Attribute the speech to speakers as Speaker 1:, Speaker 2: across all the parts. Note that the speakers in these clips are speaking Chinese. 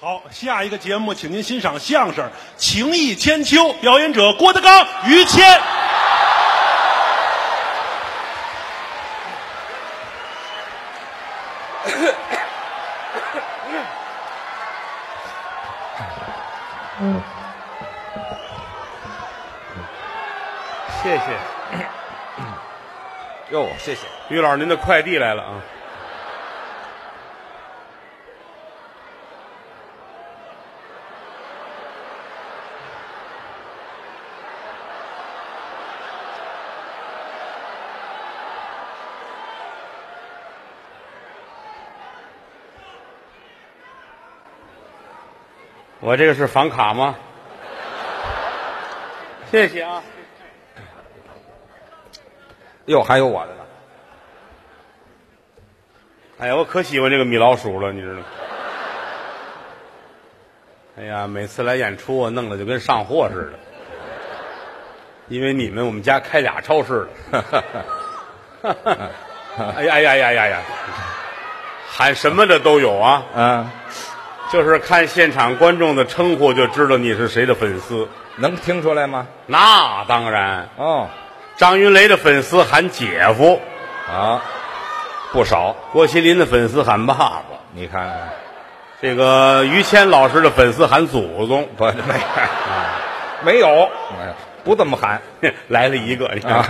Speaker 1: 好，下一个节目，请您欣赏相声《情义千秋》，表演者郭德纲、于谦。
Speaker 2: 谢谢。
Speaker 3: 哟，谢谢。
Speaker 2: 于老师，您的快递来了啊！我这个是房卡吗？谢谢啊！
Speaker 3: 哟，还有我的呢。
Speaker 2: 哎呀，我可喜欢这个米老鼠了，你知道吗？哎呀，每次来演出啊，弄得就跟上货似的。因为你们，我们家开俩超市了。 哎呀哎呀呀呀呀！喊什么的都有啊，
Speaker 3: 嗯，
Speaker 2: 就是看现场观众的称呼就知道你是谁的粉丝。
Speaker 3: 能听出来吗？
Speaker 2: 那当然，
Speaker 3: 哦，
Speaker 2: 张云雷的粉丝喊姐夫，
Speaker 3: 啊，不少。
Speaker 2: 郭麒麟的粉丝喊爸爸，
Speaker 3: 你看看，
Speaker 2: 这个于谦老师的粉丝喊祖宗。
Speaker 3: 不没没有，哎不这么喊
Speaker 2: 来了一个，你看，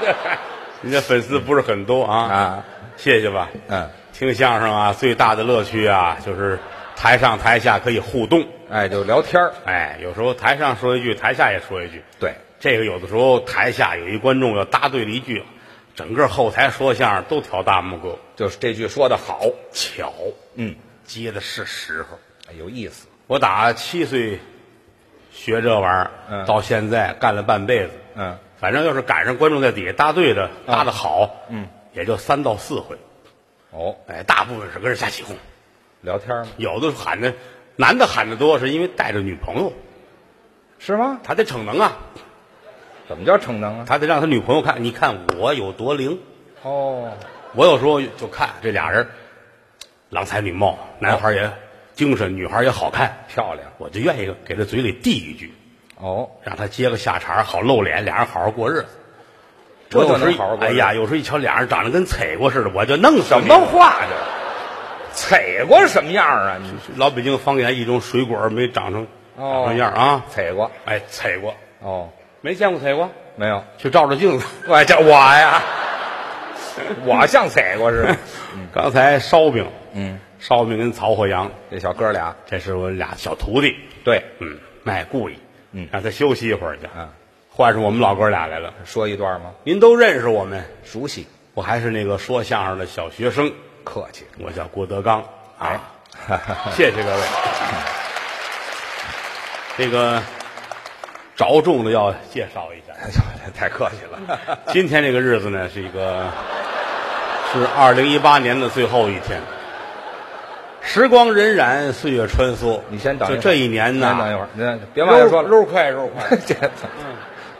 Speaker 2: 你这粉丝不是很多啊
Speaker 3: 啊。
Speaker 2: 谢谢吧。
Speaker 3: 嗯，
Speaker 2: 听相声啊，最大的乐趣啊，就是台上台下可以互动。
Speaker 3: 哎，就聊天儿。
Speaker 2: 哎，有时候台上说一句，台下也说一句。
Speaker 3: 对，
Speaker 2: 这个有的时候台下有一观众要答对了一句，整个后台说相声都挑大拇哥，
Speaker 3: 就是这句说的好，
Speaker 2: 巧
Speaker 3: 嗯，
Speaker 2: 接的是时候。
Speaker 3: 哎有意思。
Speaker 2: 我打七岁学这玩意儿，
Speaker 3: 嗯
Speaker 2: 到现在干了半辈子。
Speaker 3: 嗯，
Speaker 2: 反正要是赶上观众在底下搭队的搭的好，
Speaker 3: 嗯，
Speaker 2: 也就三到四回。
Speaker 3: 哦，
Speaker 2: 哎，大部分是跟人瞎起哄，
Speaker 3: 聊天儿吗？
Speaker 2: 有的喊的男的喊的多，是因为带着女朋友，
Speaker 3: 是吗？
Speaker 2: 他得逞能啊，
Speaker 3: 怎么叫逞能啊？
Speaker 2: 他得让他女朋友看，你看我有多灵。
Speaker 3: 哦，
Speaker 2: 我有时候就看这俩人，郎才女貌，男孩也精神，女孩也好看，
Speaker 3: 漂亮。
Speaker 2: 我就愿意给他嘴里递一句，
Speaker 3: 哦，
Speaker 2: 让他接个下茬儿，好露脸，俩人好好过日子。
Speaker 3: 这就
Speaker 2: 有时候
Speaker 3: 能好好过
Speaker 2: 哎
Speaker 3: 日子
Speaker 2: 呀，有时候一瞧俩人长得跟踩过似的，我就弄死
Speaker 3: 什
Speaker 2: 你
Speaker 3: 么话这？踩过什么样啊？你
Speaker 2: 老北京方言一种水果没长成
Speaker 3: 哦
Speaker 2: 长成样儿啊，
Speaker 3: 踩过？
Speaker 2: 哎，踩过，
Speaker 3: 哦，
Speaker 2: 没见过踩过，
Speaker 3: 没有。
Speaker 2: 去照照镜子。
Speaker 3: 我这我呀，我像踩过 似的。
Speaker 2: 刚才烧饼，
Speaker 3: 嗯，
Speaker 2: 烧饼跟曹鹤阳，
Speaker 3: 这小哥俩，
Speaker 2: 这是我俩小徒弟，
Speaker 3: 对，
Speaker 2: 嗯，卖故意，
Speaker 3: 嗯
Speaker 2: 让他休息一会儿去，
Speaker 3: 嗯，
Speaker 2: 换上我们老哥俩来了。
Speaker 3: 说一段吗？
Speaker 2: 您都认识我们，
Speaker 3: 熟悉，
Speaker 2: 我还是那个说相声的小学生，
Speaker 3: 客气。
Speaker 2: 我叫郭德纲
Speaker 3: 哎
Speaker 2: 啊，谢谢各位。这个着重的要介绍一下，
Speaker 3: 哎呦，太客气了。
Speaker 2: 今天这个日子呢，是一个是二零一八年的最后一天。时光荏苒，岁月穿梭。
Speaker 3: 你先等一
Speaker 2: 就
Speaker 3: 会儿，
Speaker 2: 这一年
Speaker 3: 先等一
Speaker 2: 呢，
Speaker 3: 会儿，您别往下说了。
Speaker 2: 溜快溜快。
Speaker 3: 这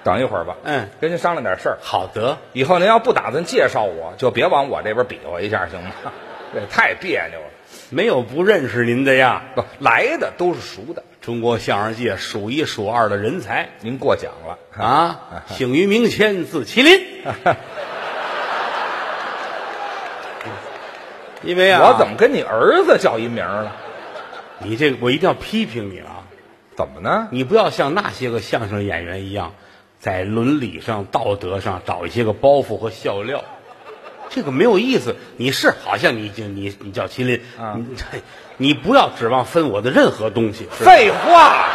Speaker 3: 等一会儿吧。
Speaker 2: 嗯，
Speaker 3: 跟您商量点事儿。
Speaker 2: 好的，
Speaker 3: 以后您要不打算介绍我，就别往我这边比划一下，行吗？ 这太别扭了。
Speaker 2: 没有不认识您的呀。
Speaker 3: 不，来的都是熟的。
Speaker 2: 中国相声界数一数二的人才
Speaker 3: 您过奖了，
Speaker 2: 啊，姓于名谦，字 麒麟。因为啊，
Speaker 3: 我怎么跟你儿子叫一名儿了？
Speaker 2: 你这个我一定要批评你啊！
Speaker 3: 怎么呢？
Speaker 2: 你不要像那些个相声演员一样，在伦理上、道德上找一些个包袱和笑料，这个没有意思。你是好像你你你你叫麒麟
Speaker 3: 啊
Speaker 2: 你你不要指望分我的任何东西，是吧
Speaker 3: 废话，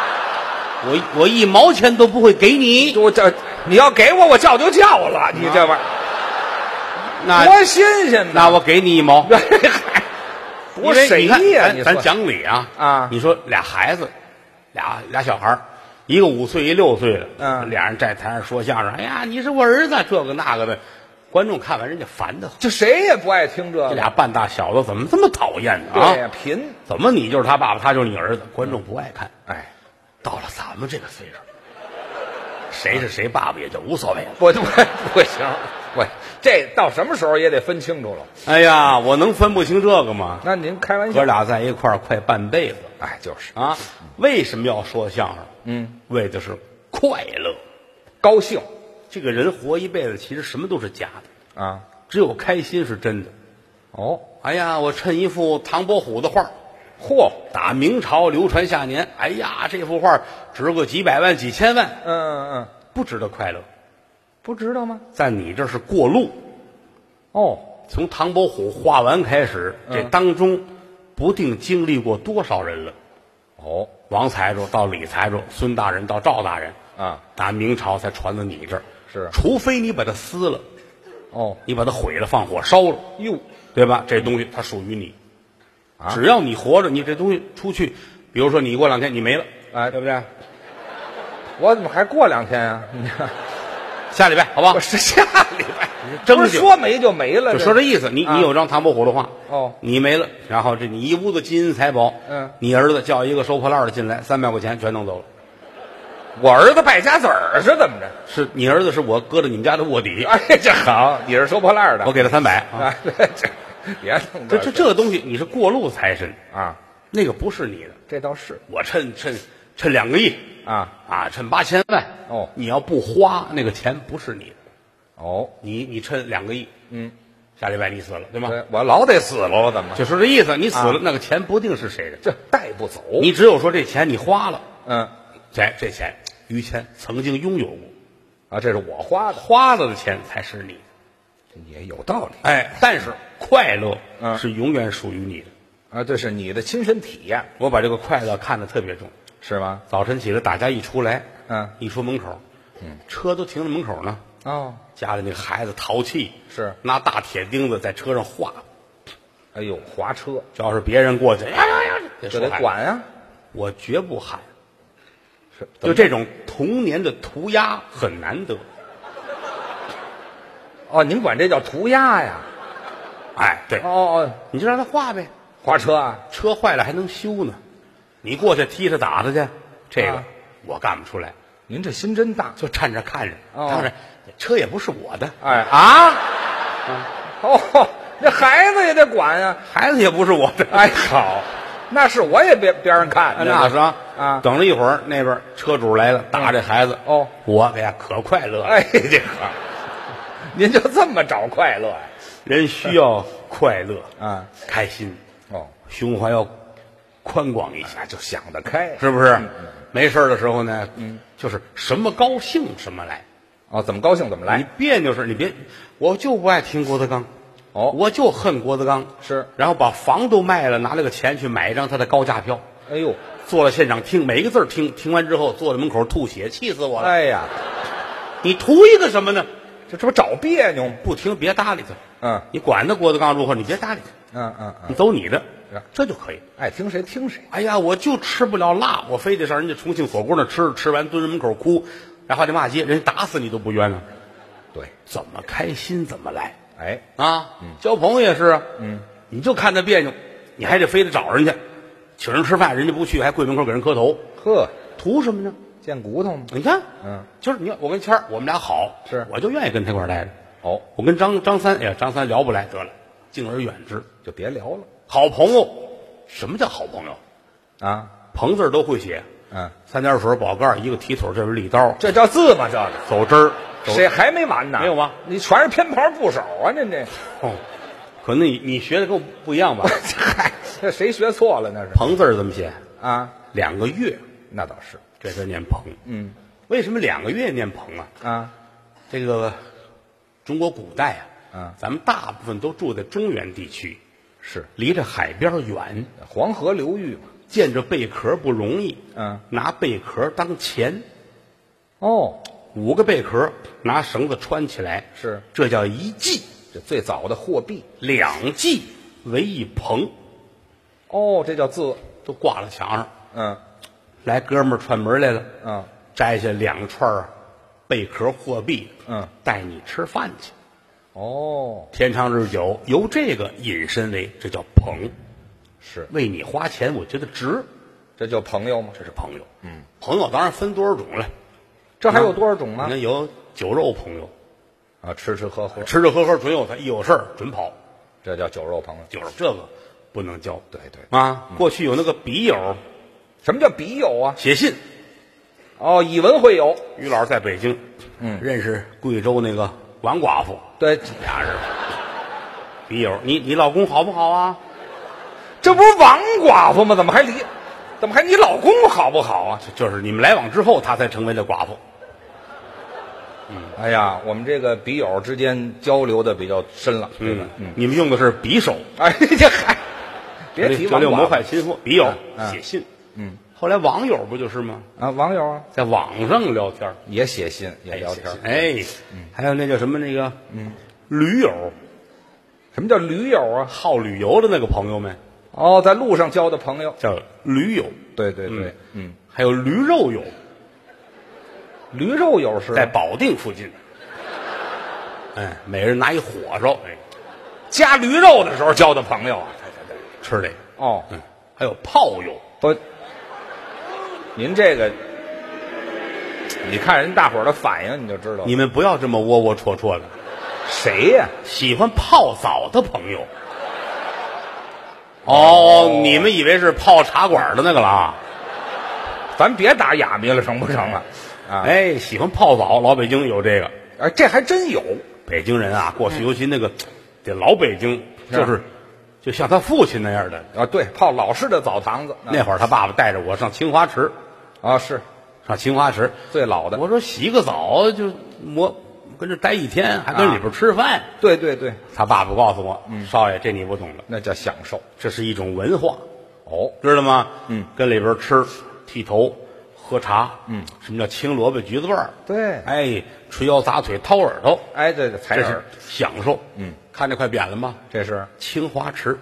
Speaker 2: 我我一毛钱都不会给你。
Speaker 3: 我这你要给我，我叫就叫了。你这玩意儿
Speaker 2: 那
Speaker 3: 多新鲜呢！
Speaker 2: 那我给你一毛，
Speaker 3: 嗨，
Speaker 2: 因
Speaker 3: 不
Speaker 2: 为
Speaker 3: 是谁
Speaker 2: 你看
Speaker 3: 呀？
Speaker 2: 咱
Speaker 3: 你
Speaker 2: 咱
Speaker 3: 说
Speaker 2: 讲理啊
Speaker 3: 啊
Speaker 2: 你说俩孩子，俩俩小孩儿一个五岁，一六岁的，
Speaker 3: 嗯
Speaker 2: 俩人在台上说相声，哎呀，你是我儿子，这个那个的，观众看完人家烦的，
Speaker 3: 这谁也不爱听这
Speaker 2: 这
Speaker 3: 个
Speaker 2: 俩半大小子怎么这么讨厌呢
Speaker 3: 嗯对呀
Speaker 2: 啊？
Speaker 3: 贫
Speaker 2: 怎么你就是他爸爸，他就是你儿子？观众不爱看。
Speaker 3: 哎，
Speaker 2: 到了咱
Speaker 3: 嗯
Speaker 2: 们这个岁数，谁是谁爸爸也就无所谓了。
Speaker 3: 我就不不行，喂，这到什么时候也得分清楚了。
Speaker 2: 哎呀，我能分不清这个吗？
Speaker 3: 那您开玩
Speaker 2: 哥
Speaker 3: 笑，
Speaker 2: 俩在一块儿快半辈子
Speaker 3: 哎，就是
Speaker 2: 啊，为什么要说相声？
Speaker 3: 嗯，
Speaker 2: 为的是快乐。
Speaker 3: 高兴
Speaker 2: 这个人活一辈子，其实什么都是假的，
Speaker 3: 啊，
Speaker 2: 只有开心是真的。
Speaker 3: 哦，
Speaker 2: 哎呀，我衬一幅唐伯虎的画儿，
Speaker 3: 嚯，
Speaker 2: 打明朝流传下年。哎呀，这幅画儿值个几百万、几千万，
Speaker 3: 嗯嗯嗯，
Speaker 2: 不值得快乐。
Speaker 3: 不知道吗？
Speaker 2: 在你这是过路，
Speaker 3: 哦，
Speaker 2: 从唐伯虎画完开始，这
Speaker 3: 嗯
Speaker 2: 当中不定经历过多少人了。
Speaker 3: 哦，
Speaker 2: 王财主到李财主，孙大人到赵大人，
Speaker 3: 啊，
Speaker 2: 打明朝才传到你这儿。
Speaker 3: 是
Speaker 2: 除非你把它撕了，
Speaker 3: 哦，
Speaker 2: 你把它毁了，放火烧了，
Speaker 3: 哟，
Speaker 2: 对吧？这东西它属于你，
Speaker 3: 啊
Speaker 2: 只要你活着，你这东西出去，比如说你过两天你没了，
Speaker 3: 哎
Speaker 2: 对不对？
Speaker 3: 我怎么还过两天啊？ 你看
Speaker 2: 下礼拜好吧
Speaker 3: 我？是下礼拜，
Speaker 2: 争
Speaker 3: 不是
Speaker 2: 去
Speaker 3: 说没就没了，
Speaker 2: 就说这意思，你
Speaker 3: 啊
Speaker 2: 你有张唐伯虎的画，
Speaker 3: 哦
Speaker 2: 你没了，然后这你一屋子金银财宝，
Speaker 3: 嗯
Speaker 2: 你儿子叫一个收破烂的进来，三百块钱全弄走了，
Speaker 3: 我儿子败家子儿啊是怎么着？
Speaker 2: 是你儿子是我搁到你们家的卧底，
Speaker 3: 哎，这好，你是收破烂的
Speaker 2: 我，给他三百，啊
Speaker 3: 啊，这别弄
Speaker 2: 这这
Speaker 3: 这
Speaker 2: 这个东西你是过路财神，
Speaker 3: 啊，
Speaker 2: 那个不是你的，
Speaker 3: 这倒是
Speaker 2: 我趁趁趁两个亿
Speaker 3: 啊，
Speaker 2: 啊，趁八千万
Speaker 3: 哦
Speaker 2: 你要不花那个钱不是你的，
Speaker 3: 哦，
Speaker 2: 你你趁两个亿，
Speaker 3: 嗯，
Speaker 2: 下礼拜你死了对吗？
Speaker 3: 对我老得死了，我怎么
Speaker 2: 就说这意思，你死了、
Speaker 3: 啊
Speaker 2: 那个钱不定是谁的，
Speaker 3: 这带不走？
Speaker 2: 你只有说这钱你花了，
Speaker 3: 嗯
Speaker 2: 这这钱于谦曾经拥有过，
Speaker 3: 啊，这是我花的，
Speaker 2: 花了的钱才是你的。
Speaker 3: 也有道理
Speaker 2: 哎，但是快乐
Speaker 3: 嗯
Speaker 2: 是永远属于你的。
Speaker 3: 啊，这是你的亲身体验
Speaker 2: 我把这个快乐看得特别重。
Speaker 3: 是吗？
Speaker 2: 早晨起来，大家一出来，
Speaker 3: 嗯
Speaker 2: 一出门口，嗯，车都停在门口呢。
Speaker 3: 哦，
Speaker 2: 家里那个孩子淘气，
Speaker 3: 是
Speaker 2: 拿大铁钉子在车上划。
Speaker 3: 哎呦，滑车
Speaker 2: 只要是别人过去，哎呀呀呀
Speaker 3: 这
Speaker 2: 说
Speaker 3: 得
Speaker 2: 喊
Speaker 3: 管啊，
Speaker 2: 我绝不喊。
Speaker 3: 是
Speaker 2: 就这种童年的涂鸦很难得。
Speaker 3: 哦，您管这叫涂鸦呀？
Speaker 2: 哎，对
Speaker 3: 哦，哦，
Speaker 2: 你就让他画呗。
Speaker 3: 滑车啊，
Speaker 2: 车坏了还能修呢，你过去踢他打他去，这个、
Speaker 3: 啊
Speaker 2: 我干不出来，
Speaker 3: 您这心真大，
Speaker 2: 就站这看着。
Speaker 3: 哦
Speaker 2: 当然，车也不是我的，
Speaker 3: 哎啊，哦，那孩子也得管呀、
Speaker 2: 孩子也不是我的。
Speaker 3: 哎，好，那是我也别别人看
Speaker 2: 啊
Speaker 3: 着，
Speaker 2: 那是啊
Speaker 3: 啊
Speaker 2: 等了一会儿，那边车主来了，打这孩子。
Speaker 3: 哦，
Speaker 2: 我哎呀可快乐了。
Speaker 3: 哎，这个，您就这么找快乐呀、
Speaker 2: 人需要快乐
Speaker 3: 啊，
Speaker 2: 开心，
Speaker 3: 哦，
Speaker 2: 胸怀要宽广一些，
Speaker 3: 那就想得开，
Speaker 2: 是不是？没事儿的时候呢，就是什么高兴什么来。
Speaker 3: 哦，怎么高兴怎么
Speaker 2: 你
Speaker 3: 来，
Speaker 2: 别扭是，你别，我就不爱听郭德纲，
Speaker 3: 哦
Speaker 2: 我就恨郭德纲，
Speaker 3: 是
Speaker 2: 然后把房都卖了，拿这个钱去买一张他的高价票，
Speaker 3: 哎呦，
Speaker 2: 坐在现场听每一个字儿听，听完之后坐在门口吐血，气死我了！
Speaker 3: 哎呀，
Speaker 2: 你图一个什么呢？
Speaker 3: 这这不找别扭吗？
Speaker 2: 不听别搭理他，
Speaker 3: 嗯
Speaker 2: 你管他郭德纲如何，你别搭理他，
Speaker 3: 嗯嗯嗯，
Speaker 2: 你走你的
Speaker 3: 是，
Speaker 2: 这就可以。
Speaker 3: 爱听谁听谁，
Speaker 2: 哎呀，我就吃不了辣，我非得上人家重庆火锅那吃，吃完蹲人门口哭，然后还得骂街，人家打死你都不冤枉，
Speaker 3: 对，
Speaker 2: 怎么开心怎么来。
Speaker 3: 哎，
Speaker 2: 啊，交朋友也是啊，嗯，你就看他别扭，你还得非得找人去，请人吃饭，人家不去，还跪门口给人磕头，
Speaker 3: 呵，
Speaker 2: 图什么呢？
Speaker 3: 见骨头吗？
Speaker 2: 你看，
Speaker 3: 嗯，
Speaker 2: 就是你看我跟谦儿，我们俩好，
Speaker 3: 是
Speaker 2: 我就愿意跟他一块儿待着。
Speaker 3: 哦，
Speaker 2: 我跟张张三，哎呀，张三聊不来，得了，敬而远之。
Speaker 3: 就别聊了
Speaker 2: 好朋友，什么叫好朋友？
Speaker 3: 啊，
Speaker 2: 朋字儿都会写，
Speaker 3: 嗯，
Speaker 2: 三点水宝盖儿一个提腿儿，这是利刀，
Speaker 3: 这叫字吗？这个。
Speaker 2: 走之儿，走
Speaker 3: 谁还没完呢？
Speaker 2: 没有吗
Speaker 3: 你全是偏旁部首啊！您这，
Speaker 2: 哦，可能你你学的跟我不一样吧？
Speaker 3: 嗨，这谁学错了那是？
Speaker 2: 朋字儿怎么写？
Speaker 3: 啊，
Speaker 2: 两个月，
Speaker 3: 那倒是
Speaker 2: 这字念鹏。嗯，为什么两个月念鹏啊？
Speaker 3: 啊，
Speaker 2: 这个中国古代啊，
Speaker 3: 嗯
Speaker 2: 咱们大部分都住在中原地区，
Speaker 3: 是
Speaker 2: 离着海边儿远，
Speaker 3: 黄河流域嘛。
Speaker 2: 见着贝壳不容易。
Speaker 3: 嗯，
Speaker 2: 拿贝壳当钱，
Speaker 3: 哦，
Speaker 2: 五个贝壳拿绳子穿起来，
Speaker 3: 是
Speaker 2: 这叫一季，
Speaker 3: 这最早的货币。
Speaker 2: 两季为一棚，
Speaker 3: 哦，这叫字。
Speaker 2: 都挂了墙上。
Speaker 3: 嗯
Speaker 2: 来，哥们儿串门来了，
Speaker 3: 嗯，
Speaker 2: 摘下两串儿贝壳货币，
Speaker 3: 嗯，
Speaker 2: 带你吃饭去。
Speaker 3: 哦，
Speaker 2: 天长日久，由这个引申为这叫朋，
Speaker 3: 是
Speaker 2: 为你花钱，我觉得值，
Speaker 3: 这叫朋友吗？
Speaker 2: 这是朋友。嗯，朋友当然分多少种了，
Speaker 3: 这还有多少种
Speaker 2: 你
Speaker 3: 呢？
Speaker 2: 看有酒肉朋友，
Speaker 3: 啊，吃吃喝喝，
Speaker 2: 吃吃喝喝准有他，一有事儿准跑，
Speaker 3: 这叫酒肉朋友。
Speaker 2: 就是这个不能交。
Speaker 3: 对对，
Speaker 2: 啊，
Speaker 3: 嗯
Speaker 2: 过去有那个笔友
Speaker 3: 什么叫笔友啊？
Speaker 2: 写信，
Speaker 3: 哦，以文会友。
Speaker 2: 于老师在北京，嗯，认识贵州那个王寡妇，
Speaker 3: 对，
Speaker 2: 俩人笔友，你你老公好不好啊？
Speaker 3: 这不是王寡妇吗？怎么还离？怎么还你老公好不好啊？
Speaker 2: 就是你们来往之后，他才成为了寡妇。
Speaker 3: 哎呀，我们这个笔友之间交流的比较深了。这个
Speaker 2: 嗯，你们用的是匕首，
Speaker 3: 哎，这还别提
Speaker 2: 交
Speaker 3: 王
Speaker 2: 流
Speaker 3: 寡
Speaker 2: 模
Speaker 3: 妇
Speaker 2: 块亲夫，笔友
Speaker 3: 嗯
Speaker 2: 写信，嗯，后来网友不就是吗？
Speaker 3: 啊，网友啊
Speaker 2: 在网上聊天儿，
Speaker 3: 也写信嗯也聊天
Speaker 2: 哎。写信哎，还有那叫什么那个，嗯，驴友，
Speaker 3: 什么叫驴友啊？
Speaker 2: 好旅游的那个朋友们
Speaker 3: 哦，在路上交的朋友。
Speaker 2: 叫驴友，
Speaker 3: 对对对，嗯，
Speaker 2: 还有驴肉友，
Speaker 3: 驴肉友是
Speaker 2: 在保定附 近，哎，每人拿一火烧，哎，
Speaker 3: 加驴肉的时候交的朋友啊。
Speaker 2: 吃这个，
Speaker 3: 哦，
Speaker 2: 嗯，还有炮友，
Speaker 3: 不，您这个，你看人大伙儿的反应你就知道了。
Speaker 2: 你们不要这么窝窝戳戳的，
Speaker 3: 谁呀、
Speaker 2: 喜欢泡澡的朋友。哦，你们以为是泡茶馆的那个了啊？
Speaker 3: 咱别打哑谜了，成不成啊？啊，哎
Speaker 2: 哎，喜欢泡澡，老北京有这个。
Speaker 3: 哎，这还真有。
Speaker 2: 北京人啊，过去尤其那个，这老北京
Speaker 3: 嗯是
Speaker 2: 就是，就像他父亲那样的。
Speaker 3: 啊，对，泡老式的澡堂子
Speaker 2: 那会儿他爸爸带着我上青花池，
Speaker 3: 啊是
Speaker 2: 上青花池，
Speaker 3: 最老的，
Speaker 2: 我说洗个澡就磨，跟这待一天，还
Speaker 3: 啊
Speaker 2: 跟里边吃饭。
Speaker 3: 对对对，
Speaker 2: 他爸爸告诉我，
Speaker 3: 嗯
Speaker 2: 少爷，这你不懂了，
Speaker 3: 那叫享受
Speaker 2: 这是一种文化，
Speaker 3: 哦。
Speaker 2: 知道吗？
Speaker 3: 嗯，
Speaker 2: 跟里边吃，剃头，喝茶，嗯，什么叫青萝卜橘子瓣儿？
Speaker 3: 对
Speaker 2: 哎，捶腰砸腿掏耳朵，
Speaker 3: 哎，对对，采
Speaker 2: 这
Speaker 3: 耳
Speaker 2: 是，享受。
Speaker 3: 嗯，
Speaker 2: 看这块匾了吗？
Speaker 3: 这是
Speaker 2: 青花池，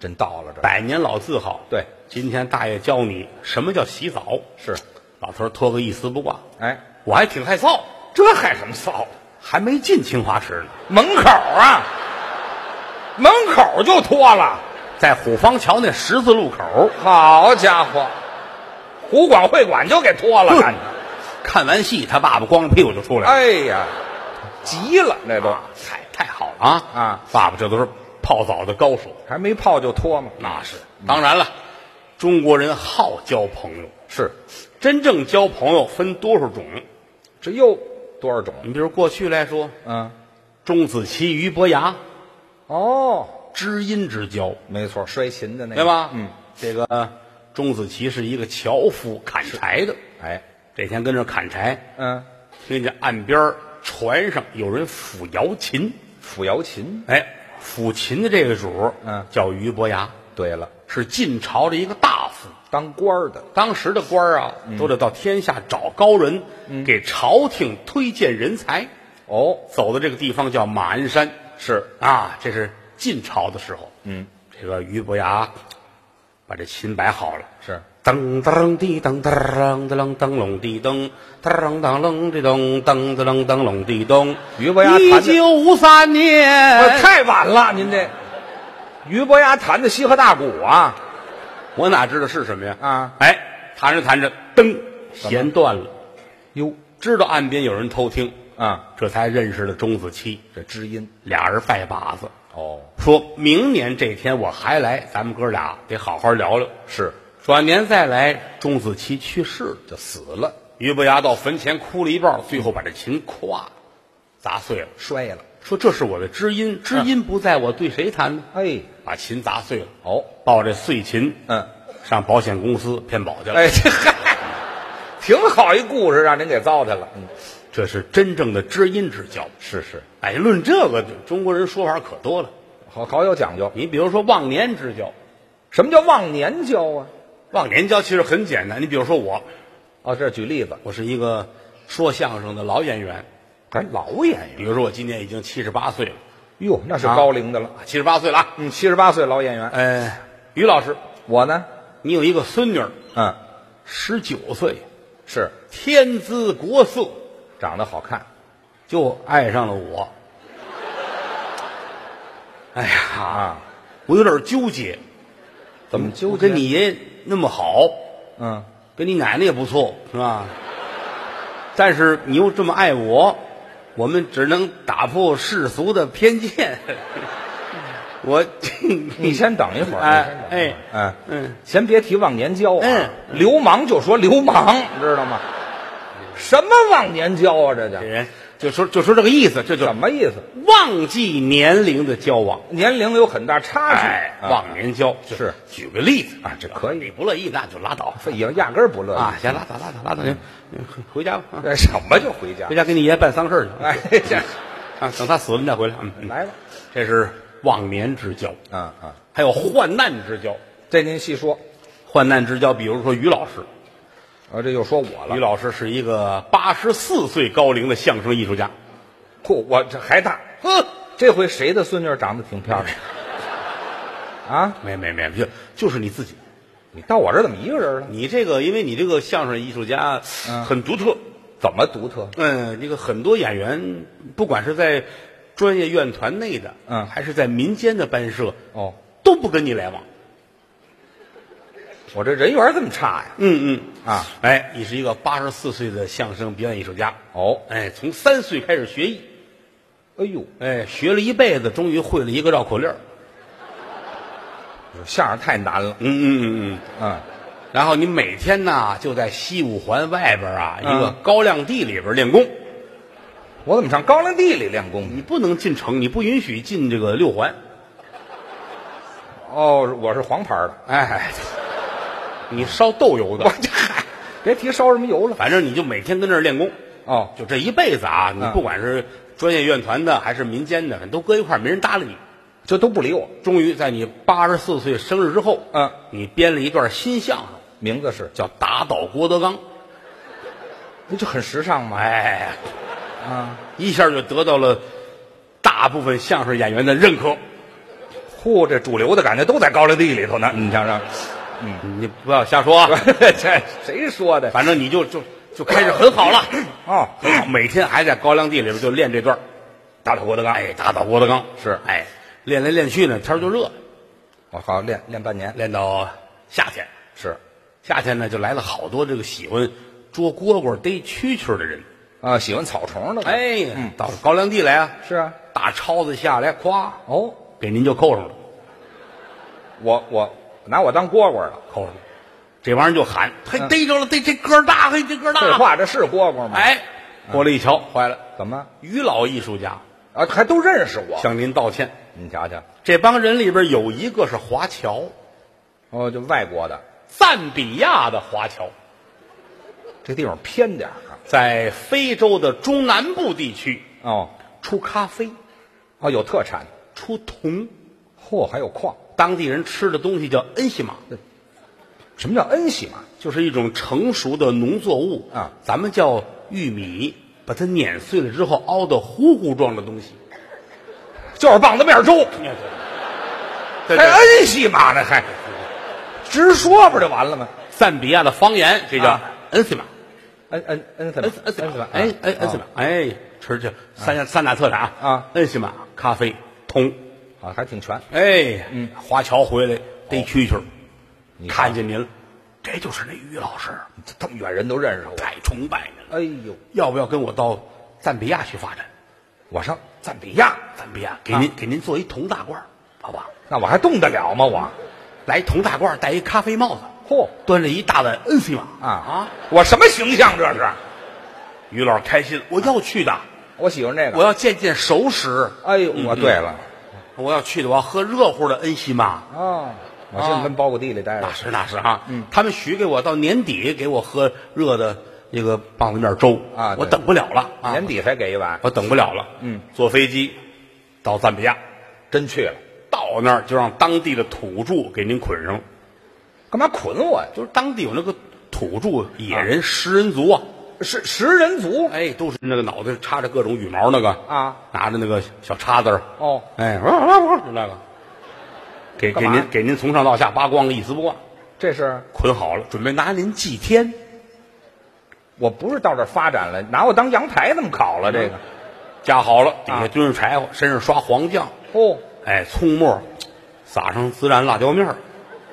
Speaker 3: 真到了这儿。
Speaker 2: 百年老字号。
Speaker 3: 对，
Speaker 2: 今天大爷教你什么叫洗澡。
Speaker 3: 是，
Speaker 2: 老头儿脱个一丝不挂，
Speaker 3: 哎，
Speaker 2: 我还挺害臊，
Speaker 3: 这害什么臊？
Speaker 2: 还没进青花池呢，
Speaker 3: 门口啊，门口就脱了。
Speaker 2: 在虎坊桥那十字路口。
Speaker 3: 好家伙，湖广会馆就给脱了，
Speaker 2: 看
Speaker 3: 感觉。
Speaker 2: 看完戏，他爸爸光着屁股就出来了。
Speaker 3: 哎呀，急了，那都
Speaker 2: 啊太太好了啊
Speaker 3: 啊！
Speaker 2: 爸爸这都是泡澡的高手，
Speaker 3: 还没泡就脱嘛。
Speaker 2: 那是当然了。中国人好交朋友，
Speaker 3: 是，
Speaker 2: 真正交朋友分多少种？
Speaker 3: 这又多少种？
Speaker 2: 你比如过去来说，
Speaker 3: 嗯，
Speaker 2: 钟子期、俞伯牙，
Speaker 3: 哦，
Speaker 2: 知音之交，
Speaker 3: 没错，摔琴的那个，
Speaker 2: 对吧？
Speaker 3: 嗯，，
Speaker 2: 这个钟子期是一个樵夫，砍柴的。
Speaker 3: 哎，
Speaker 2: 这天跟这砍柴，
Speaker 3: 嗯，
Speaker 2: 听见岸边船上有人抚瑶琴，
Speaker 3: 抚瑶琴。
Speaker 2: 哎，抚琴的这个主，
Speaker 3: 嗯
Speaker 2: 叫俞伯牙，
Speaker 3: 对了，
Speaker 2: 是晋朝的一个大夫。
Speaker 3: 当官儿的
Speaker 2: 当时的官儿啊，
Speaker 3: 嗯
Speaker 2: 都得到天下找高人，给朝廷推荐人才。
Speaker 3: 哦，
Speaker 2: 走的这个地方叫马鞍山，
Speaker 3: 是
Speaker 2: 啊，这是晋朝的时候。
Speaker 3: 嗯，
Speaker 2: 这个俞伯牙把这琴摆好了，
Speaker 3: 是，
Speaker 2: 噔噔滴噔噔噔噔噔隆滴噔噔噔隆滴噔噔噔噔隆滴噔。
Speaker 3: 俞伯牙
Speaker 2: 一
Speaker 3: 弹的
Speaker 2: 九五三
Speaker 3: 哎
Speaker 2: 年，
Speaker 3: 太晚了，您这俞伯牙弹的西河大鼓啊，
Speaker 2: 我哪知道是什么呀？
Speaker 3: 啊，
Speaker 2: 哎，弹着弹着，噔，弦断了，
Speaker 3: 哟，
Speaker 2: 知道岸边有人偷听，
Speaker 3: 啊，
Speaker 2: 这才认识了钟子期，
Speaker 3: 这知音
Speaker 2: 俩人拜把子，
Speaker 3: 哦，
Speaker 2: 说明年这天我还来，咱们哥俩得好好聊聊。
Speaker 3: 是
Speaker 2: 转年再来，钟子期去世了，
Speaker 3: 就死了，
Speaker 2: 俞伯牙到坟前哭了一抱，最后把这琴咵砸碎了，
Speaker 3: 摔了，
Speaker 2: 说这是我的知音，知
Speaker 3: 嗯
Speaker 2: 音不在我对谁弹呢？
Speaker 3: 哎，
Speaker 2: 把琴砸碎了，
Speaker 3: 哦，
Speaker 2: 抱着碎琴，
Speaker 3: 嗯，
Speaker 2: 上保险公司骗保去了。
Speaker 3: 哎， 这嗨，挺好一故事，让您给糟蹋了，嗯，
Speaker 2: 这是真正的知音之交。
Speaker 3: 是是，
Speaker 2: 哎，论这个，中国人说法可多了。
Speaker 3: 好好有讲究，
Speaker 2: 你比如说忘年之交，
Speaker 3: 什么叫忘年交啊？
Speaker 2: 忘年交其实很简单。你比如说我，
Speaker 3: 哦，这举例子，
Speaker 2: 我是一个说相声的老演员，
Speaker 3: 还老演员，
Speaker 2: 比如说我今年已经七十八岁了，
Speaker 3: 哟，那
Speaker 2: 啊
Speaker 3: 是高龄的了，
Speaker 2: 七十八岁了啊。
Speaker 3: 嗯，七十八岁老演员，
Speaker 2: 呃，于老师，
Speaker 3: 我呢，
Speaker 2: 你有一个孙女儿，
Speaker 3: 嗯，
Speaker 2: 十九岁，
Speaker 3: 是
Speaker 2: 天姿国色，
Speaker 3: 长得好看，
Speaker 2: 就爱上了我。哎呀，
Speaker 3: 啊，
Speaker 2: 我有点纠结，
Speaker 3: 怎么纠
Speaker 2: 我
Speaker 3: 结？
Speaker 2: 跟你爷爷那么好，
Speaker 3: 嗯，
Speaker 2: 跟你奶奶也不错，是吧？但是你又这么爱我，我们只能打破世俗的偏见。 我，
Speaker 3: 你先等一会儿，
Speaker 2: 哎
Speaker 3: 你先等一会儿
Speaker 2: 哎
Speaker 3: 哎，
Speaker 2: 嗯，
Speaker 3: 先别提忘年交啊，
Speaker 2: 嗯
Speaker 3: 流氓就说流氓，知道吗？什么忘年交啊，这叫
Speaker 2: 这人就说就说这个意思，这就
Speaker 3: 什么意思？
Speaker 2: 忘记年龄的交往。
Speaker 3: 年龄有很大差距，
Speaker 2: 哎，
Speaker 3: 啊
Speaker 2: 忘年交
Speaker 3: 是
Speaker 2: 举个例子
Speaker 3: 啊这可以
Speaker 2: 你不乐意那就拉倒
Speaker 3: 这也压根儿不乐意
Speaker 2: 啊，行，拉倒拉倒拉倒，行，回家吧，啊
Speaker 3: 哎什么就回家
Speaker 2: 回？家给你爷办丧事去。
Speaker 3: 哎，这
Speaker 2: 啊，等他死了你再回来。嗯嗯
Speaker 3: 来吧，
Speaker 2: 这是忘年之交，
Speaker 3: 啊啊，
Speaker 2: 还有患难之交。
Speaker 3: 这您细说，
Speaker 2: 患难之交，比如说于老师，
Speaker 3: 啊，这又说我了，
Speaker 2: 于老师是一个八十四岁高龄的相声艺术家。
Speaker 3: 嚯，我这还大，
Speaker 2: 呵，
Speaker 3: 这回谁的孙女长得挺漂亮？啊，
Speaker 2: 没没没，就就是你自己，
Speaker 3: 你到我这儿怎么一个人了？
Speaker 2: 你这个，因为你这个相声艺术家
Speaker 3: 嗯
Speaker 2: 很独特。
Speaker 3: 怎么独特？
Speaker 2: 嗯，这个很多演员，不管是在专业院团内的，
Speaker 3: 嗯
Speaker 2: 还是在民间的班社，
Speaker 3: 哦，
Speaker 2: 都不跟你来往。
Speaker 3: 我这人缘这么差呀？
Speaker 2: 嗯嗯
Speaker 3: 啊，
Speaker 2: 哎，你是一个八十四岁的相声表演艺术家。
Speaker 3: 哦，
Speaker 2: 哎，从三岁开始学艺，
Speaker 3: 哎呦，
Speaker 2: 哎，学了一辈子，终于会了一个绕口令儿
Speaker 3: 相声太难了，
Speaker 2: 嗯嗯嗯
Speaker 3: 嗯，
Speaker 2: 嗯。然后你每天呢，就在西五环外边啊，
Speaker 3: 嗯
Speaker 2: 一个高粱地里边练功。
Speaker 3: 我怎么上高粱地里练功去？
Speaker 2: 你不能进城，你不允许进这个六环。
Speaker 3: 哦，我是黄牌 的，
Speaker 2: 哎，你烧豆油
Speaker 3: 我
Speaker 2: 的，
Speaker 3: 这嗨，别提烧什么油了。
Speaker 2: 反正你就每天跟这儿练功。
Speaker 3: 哦，
Speaker 2: 就这一辈子啊，你
Speaker 3: 嗯
Speaker 2: 不管是专业院团的还是民间的，都搁一块儿，没人搭理你。
Speaker 3: 就都不理我。
Speaker 2: 终于在你八十四岁生日之后，
Speaker 3: 嗯，
Speaker 2: 你编了一段新相声，
Speaker 3: 名字是，
Speaker 2: 叫《打倒郭德纲》。
Speaker 3: 不就很时尚吗？
Speaker 2: 哎，
Speaker 3: 啊，
Speaker 2: 一下就得到了大部分相声演员的认可。
Speaker 3: 嚯，这主流的感觉都在高粱地里头呢。你想想，
Speaker 2: 你不要瞎 说啊，
Speaker 3: 这谁说的？
Speaker 2: 反正你就就就开始很 好了，
Speaker 3: 哦，
Speaker 2: 很好， 每天还在高粱地里边就练这段儿打倒郭德纲，哎，打倒郭德纲
Speaker 3: 是
Speaker 2: 哎，练来练去呢，天儿就热了，
Speaker 3: 我好练练半年，
Speaker 2: 练到夏天，
Speaker 3: 是
Speaker 2: 夏天呢就来了好多这个喜欢捉蝈蝈、逮蛐蛐儿的人，
Speaker 3: 啊，喜欢草虫的。，
Speaker 2: 哎，
Speaker 3: 嗯
Speaker 2: 到高粱地来啊，
Speaker 3: 是啊，
Speaker 2: 大抄子下来，咵，
Speaker 3: 哦，
Speaker 2: 给您就扣上了，
Speaker 3: 我我拿我当蝈蝈了。
Speaker 2: 扣上了，嗯这玩意儿就喊，嘿，逮着了，逮这个儿大，嘿，这个儿大，
Speaker 3: 废话，这是蝈蝈吗？，
Speaker 2: 哎，过来一瞧，坏了，
Speaker 3: 怎么
Speaker 2: 于老艺术家
Speaker 3: 啊？还都认识我？
Speaker 2: 向您道歉。
Speaker 3: 你瞧瞧，
Speaker 2: 这帮人里边有一个是华侨，
Speaker 3: 哦，就外国的，
Speaker 2: 赞比亚的华侨，
Speaker 3: 这地方偏点儿啊。
Speaker 2: 在非洲的中南部地区
Speaker 3: 哦，
Speaker 2: 出咖啡、
Speaker 3: 哦，有特产，
Speaker 2: 出铜，
Speaker 3: 嚯，还有矿。
Speaker 2: 当地人吃的东西叫恩西玛，
Speaker 3: 什么叫恩喜嘛？
Speaker 2: 就是一种成熟的农作物
Speaker 3: 啊
Speaker 2: 咱们叫玉米，把它碾碎了之后熬的糊糊状的东西。
Speaker 3: 就是棒子面粥。
Speaker 2: 对
Speaker 3: 还
Speaker 2: 对，
Speaker 3: 恩西玛呢？还直说不就完了吗？
Speaker 2: 赞比亚的方言，这叫
Speaker 3: 哎啊
Speaker 2: 恩西玛。
Speaker 3: 恩恩恩啊什么
Speaker 2: 恩恩斯
Speaker 3: 什么
Speaker 2: 玛，哎哎恩斯玛，哎，吃去三样三大特产啊
Speaker 3: 啊
Speaker 2: 恩西玛咖啡铜，
Speaker 3: 啊，还挺全。
Speaker 2: 哎，嗯，华侨回来逮蛐蛐儿，
Speaker 3: 嗯你
Speaker 2: 看见您了，这就是那于老师，
Speaker 3: 这这么远人都认识我。
Speaker 2: 太崇拜您了，
Speaker 3: 哎呦，
Speaker 2: 要不要跟我到赞比亚去发展？
Speaker 3: 我上赞比亚，
Speaker 2: 赞比亚给
Speaker 3: 啊
Speaker 2: 您给您做一铜大褂儿，好不好？
Speaker 3: 那我还动得了吗？我
Speaker 2: 来一铜大褂儿，戴一咖啡帽子，
Speaker 3: 嚯
Speaker 2: 端着一大碗恩西玛
Speaker 3: 啊
Speaker 2: 啊！，
Speaker 3: 我什么形象这是？
Speaker 2: 于老师开心，我要去的，
Speaker 3: 我喜欢这
Speaker 2: 我嗯
Speaker 3: 个。
Speaker 2: 要见见熟食，
Speaker 3: 哎呦，我对了
Speaker 2: 我要去的，我要喝热乎的恩西玛。
Speaker 3: 啊，我现在跟包谷地里待着
Speaker 2: 那。是那是啊，
Speaker 3: 嗯
Speaker 2: 他们许给我到年底给我喝热的那个棒子面粥
Speaker 3: 啊对
Speaker 2: 我等不了了啊，
Speaker 3: 年底才给一碗，
Speaker 2: 我等不了了，
Speaker 3: 嗯，
Speaker 2: 坐飞机到赞比亚，
Speaker 3: 真去了，
Speaker 2: 到那儿就让当地的土著给您捆上，
Speaker 3: 干嘛捆我呀？
Speaker 2: 就是当地有那个土著野人食人族啊，
Speaker 3: 是食人族
Speaker 2: 哎，都是那个脑袋插着各种羽毛那个
Speaker 3: 啊，
Speaker 2: 拿着那个小叉子儿，
Speaker 3: 哦，
Speaker 2: 哎，就那个，给
Speaker 3: 干
Speaker 2: 给
Speaker 3: 嘛
Speaker 2: 您给您从上到下扒光了一丝不挂，
Speaker 3: 这是
Speaker 2: 捆好了，准备拿您祭天。
Speaker 3: 我不是到这儿发展了，拿我当羊排那么烤了？这个
Speaker 2: 架好了，底
Speaker 3: 啊
Speaker 2: 下蹲着柴火，身上刷黄酱，
Speaker 3: 哦，
Speaker 2: 哎，葱末，撒上孜然辣椒面儿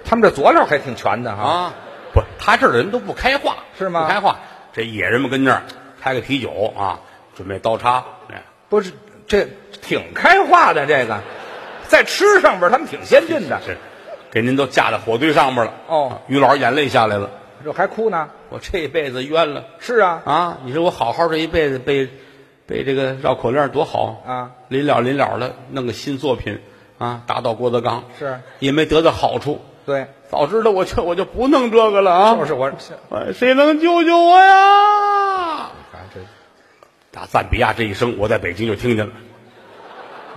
Speaker 3: 他们这佐料还挺全的哈。
Speaker 2: 啊。不，他这儿的人都不开化，
Speaker 3: 是吗
Speaker 2: 不开化，这野人们跟那儿开个啤酒啊，准备刀叉，哎，
Speaker 3: 不是这挺开化的，这个在吃上边儿他们挺先进的，
Speaker 2: 是，给您都架在火堆上面了。啊
Speaker 3: 哦，
Speaker 2: 于老师眼泪下来了，
Speaker 3: 这还哭呢？
Speaker 2: 我这一辈子冤了
Speaker 3: 是啊，
Speaker 2: 啊！你说我好好这一辈子被被这个绕口令多好
Speaker 3: 啊，
Speaker 2: 临了临了的弄个新作品啊，打倒郭德纲
Speaker 3: 是
Speaker 2: 也没得到好处。
Speaker 3: 对，
Speaker 2: 早知道我就我就不弄这个了啊！
Speaker 3: 就是我，
Speaker 2: 哎谁能救救我呀？
Speaker 3: 啊这
Speaker 2: 打赞比亚这一声，我在北京就听见了，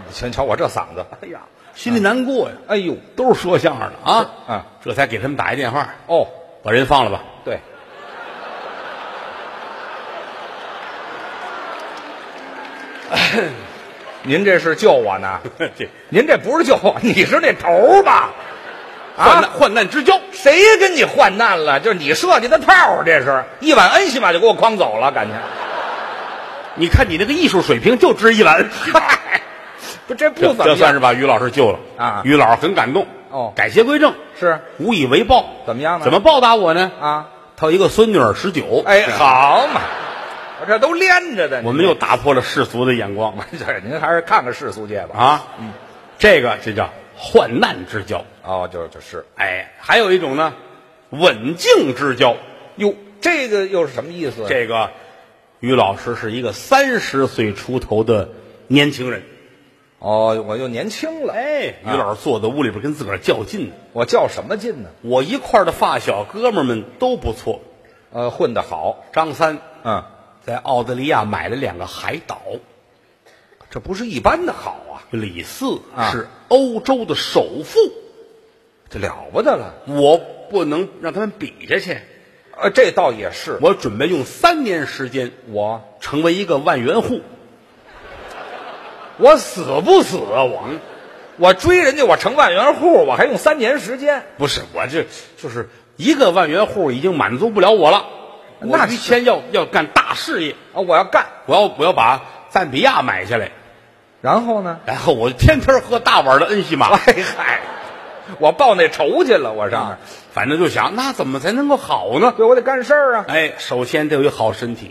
Speaker 3: 你瞧瞧我这嗓子，
Speaker 2: 哎呀，心里难过呀。
Speaker 3: 哎呦，
Speaker 2: 都是说嗯相声的啊，
Speaker 3: 啊，
Speaker 2: 这才给他们打一电话，
Speaker 3: 哦，
Speaker 2: 把人放了吧。
Speaker 3: 对，您这是救我呢？
Speaker 2: 这
Speaker 3: 您 这不是救我，你是那头儿吧？
Speaker 2: 患
Speaker 3: 啊
Speaker 2: 难，患难之交，
Speaker 3: 谁跟你患难了？就是你设计的套儿，这是一碗恩西玛就给我诓走了，感觉。
Speaker 2: 你看你那个艺术水平就值一碗，
Speaker 3: 嗨，不，这不
Speaker 2: 这
Speaker 3: 怎么
Speaker 2: 这
Speaker 3: 样
Speaker 2: 算是把于老师救了
Speaker 3: 啊
Speaker 2: 于老师很感动
Speaker 3: 哦
Speaker 2: 改邪归正，
Speaker 3: 是
Speaker 2: 无以为报，
Speaker 3: 怎么样呢
Speaker 2: 怎么报答我呢？
Speaker 3: 啊？
Speaker 2: 他有一个孙女儿十九，
Speaker 3: 哎，，好嘛，我这都连着的。
Speaker 2: 我们又打破了世俗的眼 光
Speaker 3: 这您还是看看世俗界吧。
Speaker 2: 啊，这个这叫患难之交，
Speaker 3: 哦，就就是，
Speaker 2: 哎，还有一种呢，稳静之交，
Speaker 3: 哟，这个又是什么意思？啊
Speaker 2: 这个于老师是一个三十岁出头的年轻人。
Speaker 3: 哦，我又年轻了，啊
Speaker 2: 哎，于老师坐在屋里边跟自个儿较劲呢。
Speaker 3: 我较什么劲呢？
Speaker 2: 我一块儿的发小哥们儿们都不错。
Speaker 3: 呃，混得好，
Speaker 2: 张三
Speaker 3: 嗯，
Speaker 2: 在澳大利亚买了两个海岛，
Speaker 3: 这不是一般的好啊，
Speaker 2: 李四
Speaker 3: 啊
Speaker 2: 是欧洲的首富，
Speaker 3: 这了不得了。
Speaker 2: 我不能让他们比下去。
Speaker 3: 呃，这倒也是，
Speaker 2: 我准备用三年时间
Speaker 3: 我
Speaker 2: 成为一个万元户。
Speaker 3: 我死不死啊？我我追人家，我成万元户，我还用三年时间，
Speaker 2: 不是，我这就是一个万元户已经满足不了我了。我
Speaker 3: 那
Speaker 2: 于
Speaker 3: 是
Speaker 2: 谦要要干大事业。
Speaker 3: 啊，我要干。
Speaker 2: 我要我要把赞比亚买下来，
Speaker 3: 然后呢？
Speaker 2: 然后我天天喝大碗的恩西玛，
Speaker 3: 哎嗨，我报那仇去了，我上那儿。
Speaker 2: 啊反正就想那怎么才能够好呢？
Speaker 3: 对，我得干事儿啊，
Speaker 2: 哎，首先得有一好身体，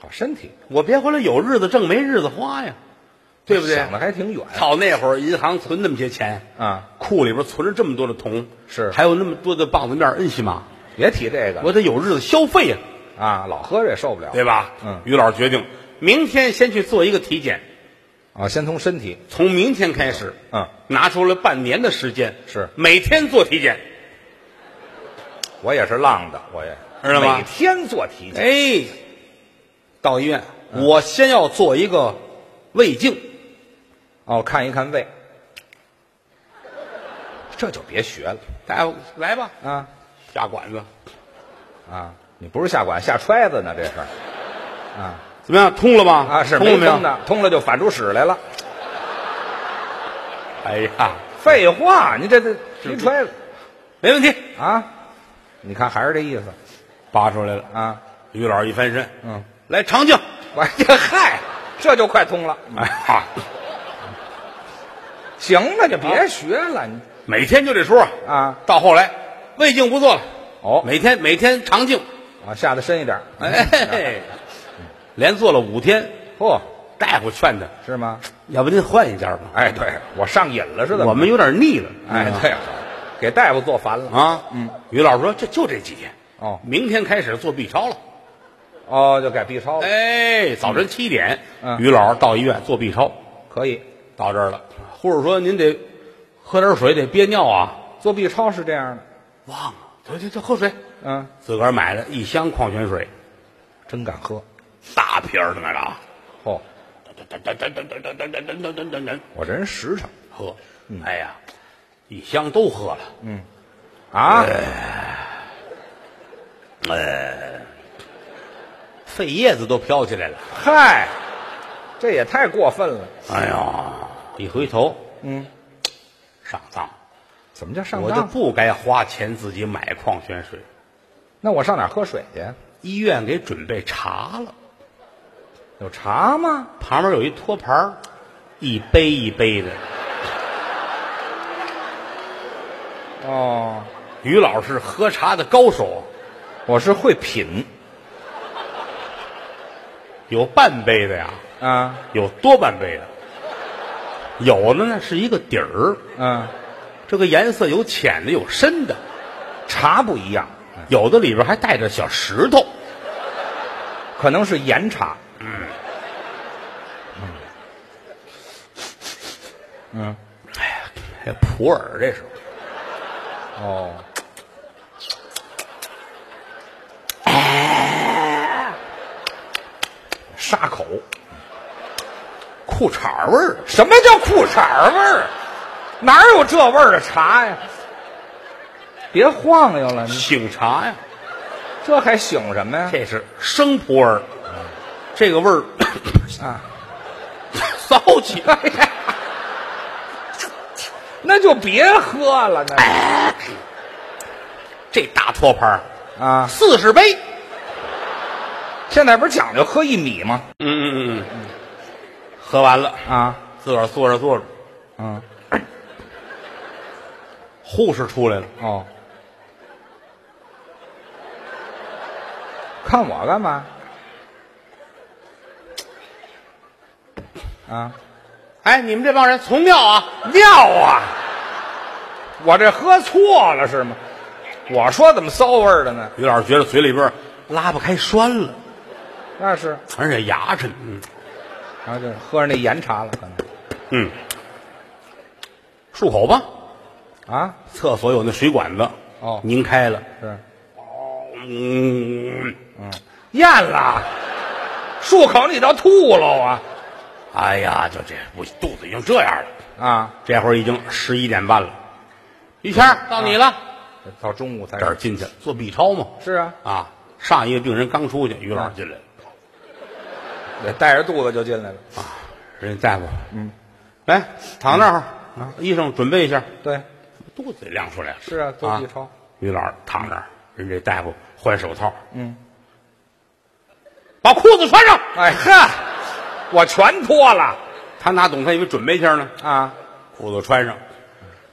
Speaker 3: 好身体，
Speaker 2: 我别回来有日子挣没日子花呀，对不对
Speaker 3: 想？的还挺远
Speaker 2: 到那会儿银行存那么些钱，
Speaker 3: 啊。
Speaker 2: 库里边存着这么多的铜，
Speaker 3: 是
Speaker 2: 还有那么多的棒子面恩西玛，
Speaker 3: 别提这个了
Speaker 2: 我得有日子消费呀，
Speaker 3: 啊，老喝这受不了
Speaker 2: 对吧？
Speaker 3: 嗯
Speaker 2: 于老师决定明天先去做一个体检，
Speaker 3: 啊。先从身体，
Speaker 2: 从明天开始，
Speaker 3: 嗯，
Speaker 2: 拿出了半年的时间，
Speaker 3: 是
Speaker 2: 每天做体检。
Speaker 3: 我也是浪的，我也
Speaker 2: 知道吗
Speaker 3: 每天做体检，
Speaker 2: 哎，到医院，
Speaker 3: 嗯
Speaker 2: 我先要做一个胃镜，
Speaker 3: 哦，看一看胃，这就别学了
Speaker 2: 大夫来吧，
Speaker 3: 啊
Speaker 2: 下管子
Speaker 3: 啊！你不是下管下揣子呢，这是
Speaker 2: 怎么样？通了吗？
Speaker 3: 啊，是
Speaker 2: 通了
Speaker 3: 没
Speaker 2: 没有
Speaker 3: 通？的，通了就反出屎来了。
Speaker 2: 哎呀，
Speaker 3: 废话，你这这
Speaker 2: 是
Speaker 3: 一揣子
Speaker 2: 没问题，
Speaker 3: 啊，你看还是这意思
Speaker 2: 拔出来了。
Speaker 3: 啊。
Speaker 2: 于老师一翻身，
Speaker 3: 嗯，
Speaker 2: 来肠镜。
Speaker 3: 我这嗨，这就快通了。
Speaker 2: 哎呀，
Speaker 3: 行了，就别学了，你
Speaker 2: 每天就这出啊。
Speaker 3: 啊
Speaker 2: 到后来胃镜不做了，
Speaker 3: 哦
Speaker 2: 每天每天肠镜，
Speaker 3: 啊，下的深一点儿。
Speaker 2: 哎，连做了五天，
Speaker 3: 嚯、
Speaker 2: 大夫劝他，
Speaker 3: 是吗？
Speaker 2: 要不您换一家吧？
Speaker 3: 哎，对我上瘾了似的。
Speaker 2: 我们有点腻了。
Speaker 3: 哎
Speaker 2: 嗯，
Speaker 3: 对，给大夫做烦了。
Speaker 2: 啊，嗯，于老师说这就这几天
Speaker 3: 哦
Speaker 2: 明天开始做 B 超了。
Speaker 3: 哦，就改 B 超了，
Speaker 2: 哎，早晨七点，
Speaker 3: 嗯
Speaker 2: 于老师到医院做 B 超，
Speaker 3: 可以
Speaker 2: 到这儿了。护士说您得喝点水，得憋尿啊。
Speaker 3: 做 B 超是这样的。
Speaker 2: 忘了，得得得，喝水。
Speaker 3: 嗯，
Speaker 2: 自个儿买了一箱矿泉水，
Speaker 3: 真敢喝。
Speaker 2: 大瓶儿的那个啊，
Speaker 3: 哦，
Speaker 2: 噔噔噔噔噔噔噔噔噔噔噔噔
Speaker 3: 我这人实诚
Speaker 2: 喝。哎呀，一箱都喝了。
Speaker 3: 啊，
Speaker 2: 哎肺叶子都飘起来了。
Speaker 3: 嗨，这也太过分了。
Speaker 2: 哎呀，一回头
Speaker 3: 嗯，
Speaker 2: 上当了。
Speaker 3: 怎么叫上
Speaker 2: 我就
Speaker 3: 当？
Speaker 2: 不该花钱自己买矿泉水，
Speaker 3: 那我上哪儿喝水去？
Speaker 2: 医院给准备茶了，
Speaker 3: 有茶吗？
Speaker 2: 旁边有一托盘儿一杯一杯的。
Speaker 3: 哦，
Speaker 2: 于老师喝茶的高手，
Speaker 3: 我是会品。
Speaker 2: 有半杯的呀，
Speaker 3: 啊，
Speaker 2: 有多半杯的，有的呢是一个底儿，
Speaker 3: 嗯，
Speaker 2: 这个颜色有浅的，有深的，
Speaker 3: 茶不一样，
Speaker 2: 有的里边还带着小石头。
Speaker 3: 可能是岩茶。
Speaker 2: 哎，普洱这是，
Speaker 3: 哦，
Speaker 2: 哎沙口，裤衩味儿。
Speaker 3: 什么叫裤衩味儿？啊哪有这味儿的茶呀？别晃悠了，你
Speaker 2: 醒茶呀，
Speaker 3: 这还醒什么呀？
Speaker 2: 这是生普洱，这个味儿
Speaker 3: 啊，
Speaker 2: 骚气。
Speaker 3: 那就别喝了，那
Speaker 2: 这大托盘
Speaker 3: 啊，
Speaker 2: 四十杯，
Speaker 3: 现在不是讲究喝一米吗？
Speaker 2: 嗯嗯嗯嗯，喝完了，
Speaker 3: 啊，
Speaker 2: 自个儿坐着坐着，
Speaker 3: 嗯，
Speaker 2: 护士出来了，
Speaker 3: 哦，看我干嘛？啊，
Speaker 2: 哎，你们这帮人从尿啊，
Speaker 3: 尿啊！我这喝错了是吗？我说怎么骚味儿的呢？
Speaker 2: 于老师觉得嘴里边拉不开栓了，
Speaker 3: 那是，
Speaker 2: 而且牙碜，嗯
Speaker 3: 然后就喝上那盐茶了，可能
Speaker 2: 嗯，漱口吧，
Speaker 3: 啊，
Speaker 2: 厕所有那水管子，
Speaker 3: 哦
Speaker 2: 拧开了，
Speaker 3: 是
Speaker 2: 嗯，
Speaker 3: 咽了，漱口你倒吐喽啊
Speaker 2: 哎呀，就这我肚子已经这样了，
Speaker 3: 啊！
Speaker 2: 这会儿已经十一点半了，于谦
Speaker 3: 嗯
Speaker 2: 儿到你了，
Speaker 3: 到中午才
Speaker 2: 这儿进去做 B 超嘛，
Speaker 3: 是啊，
Speaker 2: 啊，上一个病人刚出去，于老师进来了，
Speaker 3: 得带着肚子就进来了。
Speaker 2: 人家大夫，嗯，来躺那儿，啊医生准备一下，
Speaker 3: 对，
Speaker 2: 肚子也亮出来了，
Speaker 3: 嗯是啊做 B 超
Speaker 2: 于老师躺那儿，人这大夫换手套，
Speaker 3: 嗯，
Speaker 2: 把裤子穿上，
Speaker 3: 哎呵，我全脱了
Speaker 2: 他哪懂？他以为准备一下呢，
Speaker 3: 啊！
Speaker 2: 裤子穿上，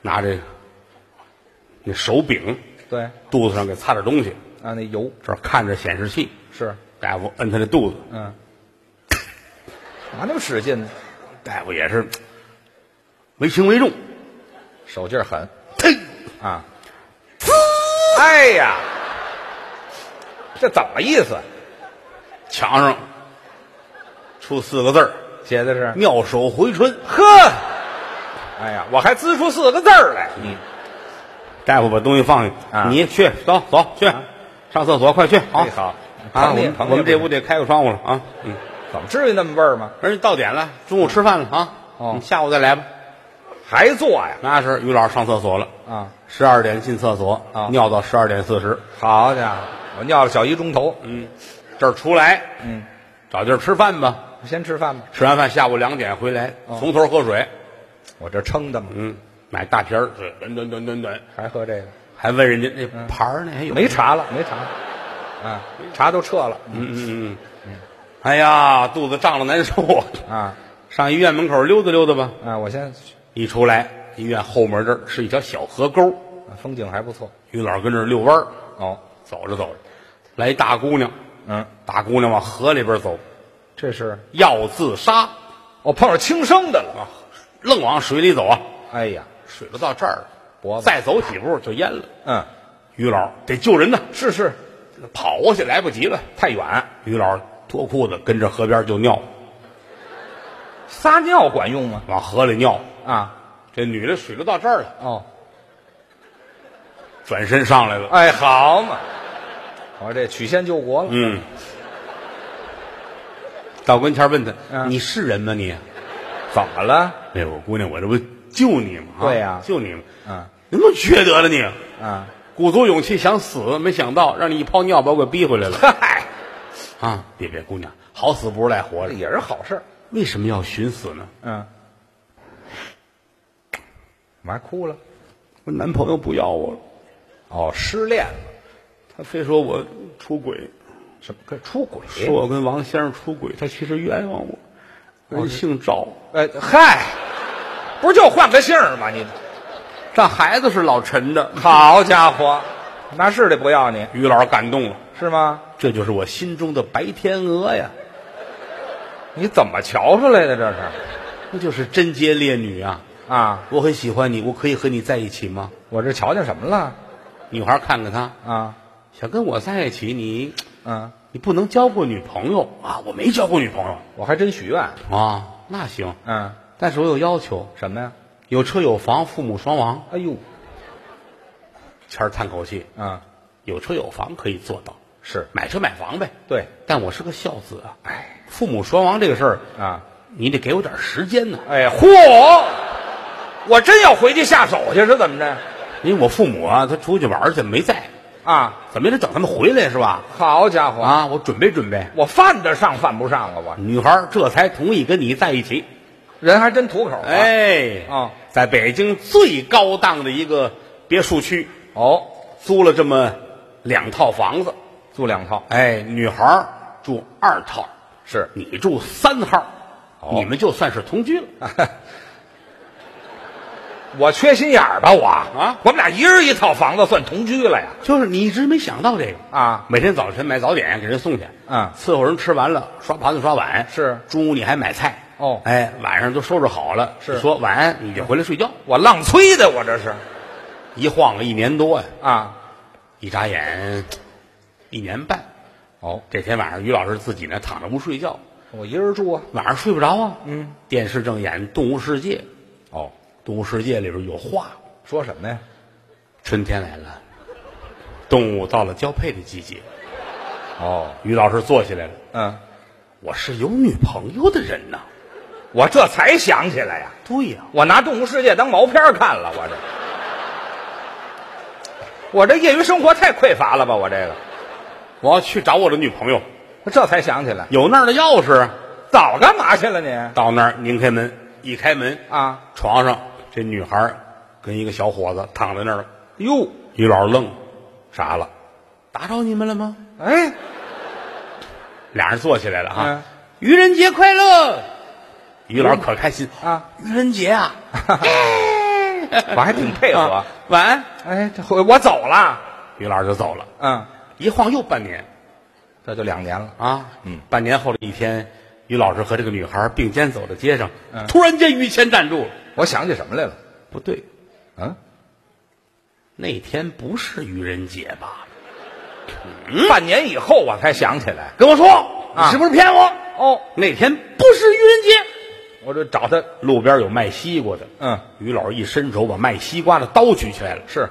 Speaker 2: 拿这个那手柄，
Speaker 3: 对，
Speaker 2: 肚子上给擦点东西，
Speaker 3: 啊，那油
Speaker 2: 这儿看着显示器，
Speaker 3: 是，
Speaker 2: 大夫摁他的肚子，
Speaker 3: 嗯，干嘛那么使劲呢？
Speaker 2: 大夫也是没轻没重，
Speaker 3: 手劲儿狠
Speaker 2: 嘿，
Speaker 3: 啊！哎呀，这怎么意思？
Speaker 2: 墙上出四个字儿
Speaker 3: 写的是
Speaker 2: 妙手回春。
Speaker 3: 呵，哎呀，我还滋出四个字儿来，你
Speaker 2: 大夫把东西放
Speaker 3: 嗯啊
Speaker 2: 下，你去走走去上厕所，快去好
Speaker 3: 哎好
Speaker 2: 啊！
Speaker 3: 旁
Speaker 2: 我
Speaker 3: 边
Speaker 2: 们
Speaker 3: 旁边
Speaker 2: 我们这
Speaker 3: 不
Speaker 2: 屋得开个窗户了啊！嗯，
Speaker 3: 怎么至于那么味儿吗？
Speaker 2: 而且到点了，中午吃饭了啊！
Speaker 3: 哦
Speaker 2: 你下午再来吧。
Speaker 3: 还做呀？
Speaker 2: 那是于老师上厕所了，
Speaker 3: 啊，
Speaker 2: 十二点进厕所
Speaker 3: 啊
Speaker 2: 尿到十二点四十，
Speaker 3: 好家伙，我尿了小一钟头。
Speaker 2: 嗯，这儿出来
Speaker 3: 嗯，
Speaker 2: 找地儿吃饭吧。
Speaker 3: 先吃饭吧，
Speaker 2: 吃完饭下午两点回来，
Speaker 3: 哦
Speaker 2: 从头喝水，
Speaker 3: 我这撑的嘛，
Speaker 2: 嗯，买大瓶儿，呃暖暖暖暖暖，
Speaker 3: 还喝这个。
Speaker 2: 还问人家那牌儿呢，还有
Speaker 3: 嗯没？茶了，没茶，啊，茶都撤了
Speaker 2: 嗯嗯嗯嗯，哎呀，肚子胀了难受啊。
Speaker 3: 啊
Speaker 2: 上医院门口溜达溜达吧。
Speaker 3: 啊！我先
Speaker 2: 一出来，医院后门这儿是一条小河沟，
Speaker 3: 风景还不错
Speaker 2: 于老师跟这儿遛弯儿，
Speaker 3: 哦，
Speaker 2: 走着走着，来一大姑娘，
Speaker 3: 嗯，
Speaker 2: 大姑娘往河里边走，
Speaker 3: 这是
Speaker 2: 要自杀，
Speaker 3: 我哦碰上轻生的了，
Speaker 2: 愣往水里走啊，
Speaker 3: 哦哎呀，
Speaker 2: 水都到这儿了，
Speaker 3: 脖子
Speaker 2: 再走几步就淹了。
Speaker 3: 嗯，
Speaker 2: 于老师得救人呐，
Speaker 3: 是是，
Speaker 2: 跑过去来不及了，太远。于老师脱裤子跟着河边就尿，
Speaker 3: 撒尿管用吗？
Speaker 2: 往河里尿。
Speaker 3: 啊，
Speaker 2: 这女的水都到这儿了，
Speaker 3: 哦，
Speaker 2: 转身上来了，
Speaker 3: 哎，好嘛，我这曲线救国了，
Speaker 2: 嗯，到跟前儿问他：“
Speaker 3: 嗯
Speaker 2: 你是人吗你？”
Speaker 3: 怎么了？
Speaker 2: 哎呦，姑娘，我这不救你吗？啊
Speaker 3: 对呀
Speaker 2: 救你吗？
Speaker 3: 嗯
Speaker 2: 你怎么缺德了你？
Speaker 3: 啊，
Speaker 2: 鼓足勇气想死，没想到让你一泡尿把我给逼回来了
Speaker 3: 嗨，
Speaker 2: 啊！别别，姑娘，好死不如赖活
Speaker 3: 这
Speaker 2: 着，
Speaker 3: 也是好事儿，
Speaker 2: 为什么要寻死呢？
Speaker 3: 嗯，我还哭了，
Speaker 2: 我男朋友不要我了，
Speaker 3: 哦，失恋了，
Speaker 2: 他非说我出轨，
Speaker 3: 什么跟出轨？
Speaker 2: 说我跟王先生出轨，他其实冤枉我，人姓赵，
Speaker 3: 哎嗨，不是就换个姓儿吗？你。
Speaker 2: 但孩子是老陈的。
Speaker 3: 好家伙，那是得不要你
Speaker 2: 于老师感动了，
Speaker 3: 是吗？
Speaker 2: 这就是我心中的白天鹅呀。
Speaker 3: 你怎么瞧出来的这是？
Speaker 2: 那就是贞洁烈女啊！
Speaker 3: 啊，
Speaker 2: 我很喜欢你，我可以和你在一起吗？
Speaker 3: 我这瞧见什么了？
Speaker 2: 女孩看看他，
Speaker 3: 啊，
Speaker 2: 想跟我在一起，你
Speaker 3: 嗯，
Speaker 2: 你不能交过女朋友啊！我没交过女朋友
Speaker 3: 我还真许愿。
Speaker 2: 啊，那行，
Speaker 3: 嗯，
Speaker 2: 但是我有要求，
Speaker 3: 什么呀？
Speaker 2: 有车有房，父母双亡。
Speaker 3: 哎呦，
Speaker 2: 谦儿叹口气，
Speaker 3: 啊，
Speaker 2: 有车有房可以做到，
Speaker 3: 是
Speaker 2: 买车买房呗。
Speaker 3: 对，
Speaker 2: 但我是个孝子啊，
Speaker 3: 哎
Speaker 2: 父母双亡这个事儿，
Speaker 3: 啊，
Speaker 2: 你得给我点儿时间呢、
Speaker 3: 哎，嚯！我真要回去下手去，是怎么着？
Speaker 2: 因为我父母啊，他出去玩儿去没在，
Speaker 3: 啊，
Speaker 2: 怎么也得等他们回来是吧？
Speaker 3: 好家伙，
Speaker 2: 啊，我准备准备。
Speaker 3: 我犯得上犯不上啊？我
Speaker 2: 女孩儿这才同意跟你在一起。
Speaker 3: 人还真吐口、啊。，
Speaker 2: 哎，
Speaker 3: 哦
Speaker 2: 在北京最高档的一个别墅区，
Speaker 3: 哦，
Speaker 2: 租了这么两套房子。
Speaker 3: 租两套
Speaker 2: 哎，女孩儿住二套，
Speaker 3: 是
Speaker 2: 你住三号，
Speaker 3: 哦
Speaker 2: 你们就算是同居了。
Speaker 3: 我缺心眼儿吧？我
Speaker 2: 啊
Speaker 3: 我们俩一人一套房子，算同居了呀？
Speaker 2: 就是你一直没想到这个
Speaker 3: 啊，
Speaker 2: 每天早晨买早点给人送去，
Speaker 3: 嗯
Speaker 2: 伺候人吃完了刷盘子刷碗，
Speaker 3: 是
Speaker 2: 中午你还买菜
Speaker 3: 哦
Speaker 2: 哎，晚上都收拾好了，
Speaker 3: 是
Speaker 2: 你说晚安你就回来睡觉，
Speaker 3: 我浪催的，我这是
Speaker 2: 一晃了一年多呀、
Speaker 3: 啊。
Speaker 2: 一眨眼一年半。
Speaker 3: 哦，
Speaker 2: 这天晚上于老师自己呢躺着不睡觉，
Speaker 3: 我一人住啊。
Speaker 2: 晚上睡不着啊，
Speaker 3: 嗯，
Speaker 2: 电视正演《动物世界》，《
Speaker 3: 哦，
Speaker 2: 动物世界》里边有画，
Speaker 3: 说什么呀？
Speaker 2: 春天来了，动物到了交配的季节，
Speaker 3: 哦，
Speaker 2: 于老师坐起来了。
Speaker 3: 嗯，
Speaker 2: 我是有女朋友的人呐。
Speaker 3: 我这才想起来呀、
Speaker 2: 对呀、
Speaker 3: 我拿《动物世界》当毛片儿看了，我这，我这业余生活太匮乏了吧？我这个，
Speaker 2: 我要去找我的女朋友，
Speaker 3: 我这才想起来，
Speaker 2: 有那儿的钥匙。
Speaker 3: 早干嘛去了你？
Speaker 2: 到那儿拧开门，一开门，
Speaker 3: 啊，
Speaker 2: 床上这女孩儿跟一个小伙子躺在那儿了。
Speaker 3: 哟，
Speaker 2: 于老师愣，傻了，打扰你们了吗？
Speaker 3: 哎，
Speaker 2: 俩人坐起来了哈、
Speaker 3: 嗯
Speaker 2: 愚人节快乐！于老师可开心
Speaker 3: 啊，
Speaker 2: 愚人节啊， 哎
Speaker 3: 我还挺配合
Speaker 2: 啊。晚安。
Speaker 3: 哎，这回我走了，
Speaker 2: 于老师就走了，
Speaker 3: 嗯，
Speaker 2: 一晃又半年
Speaker 3: 这就两年了，
Speaker 2: 啊，
Speaker 3: 嗯，
Speaker 2: 半年后的一天，于老师和这个女孩并肩走在街上，突然间于谦站住了，
Speaker 3: 我想起什么来了？
Speaker 2: 不对，
Speaker 3: 嗯，
Speaker 2: 那天不是愚人节吧？嗯
Speaker 3: 半年以后我才想起来。
Speaker 2: 跟我说，
Speaker 3: 啊
Speaker 2: 你是不是骗我？
Speaker 3: 哦，
Speaker 2: 那天不是愚人节。
Speaker 3: 我就找他，
Speaker 2: 路边有卖西瓜的，
Speaker 3: 嗯，
Speaker 2: 于老师一伸手把卖西瓜的刀举起来了，
Speaker 3: 是，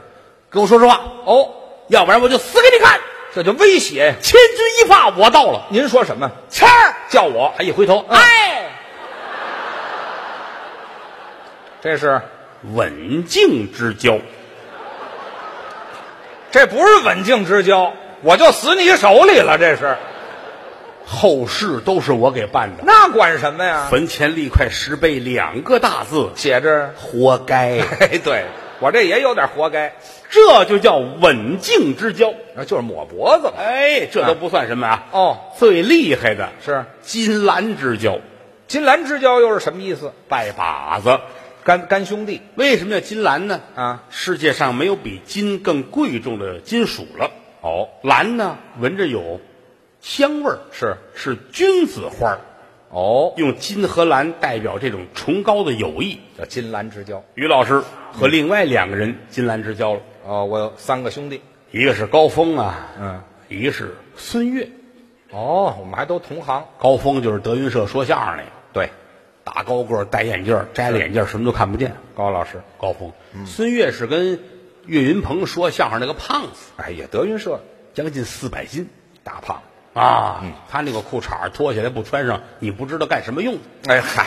Speaker 2: 跟我说实话，
Speaker 3: 哦，
Speaker 2: 要不然我就死给你看。
Speaker 3: 这就威胁。
Speaker 2: 千钧一发，我到了。
Speaker 3: 您说什么？
Speaker 2: 谦儿叫我，他一回头，哎，
Speaker 3: 这是，
Speaker 2: 刎颈之交。
Speaker 3: 这不是刎颈之交，我就死你手里了，这是。
Speaker 2: 后事都是我给办的。
Speaker 3: 那管什么呀？
Speaker 2: 坟前立块石碑，两个大字，
Speaker 3: 写着，
Speaker 2: 活该。
Speaker 3: 哎， 对我这也有点活该，
Speaker 2: 这就叫刎颈之交。
Speaker 3: 啊就是抹脖子嘛。
Speaker 2: 哎，这都不算什么啊！
Speaker 3: 哦，
Speaker 2: 最厉害的
Speaker 3: 是
Speaker 2: 金兰之交，
Speaker 3: 金兰之交又是什么意思？
Speaker 2: 拜把子。
Speaker 3: 干干兄弟
Speaker 2: 为什么叫金兰呢？
Speaker 3: 啊，
Speaker 2: 世界上没有比金更贵重的金属了。哦，兰呢，闻着有香味儿，
Speaker 3: 是
Speaker 2: 是君子花儿
Speaker 3: 哦，
Speaker 2: 用金和兰代表这种崇高的友谊。
Speaker 3: 叫金兰之交。
Speaker 2: 于老师和另外两个人金兰之交了，
Speaker 3: 哦，我有三个兄弟。
Speaker 2: 一个是高峰啊，
Speaker 3: 嗯，
Speaker 2: 一个是孙越。
Speaker 3: 哦，我们还都同行。
Speaker 2: 高峰就是德云社说相声那个，
Speaker 3: 对，
Speaker 2: 大高个儿戴眼镜儿，摘了眼镜儿什么都看不见。
Speaker 3: 高老师，
Speaker 2: 高峰，孙越是跟岳云鹏说相声那个胖子，
Speaker 3: 哎呀，德云社
Speaker 2: 将近四百斤
Speaker 3: 大胖。
Speaker 2: 啊，他那个裤衩儿脱下来不穿上，你不知道干什么用的。
Speaker 3: 哎嗨，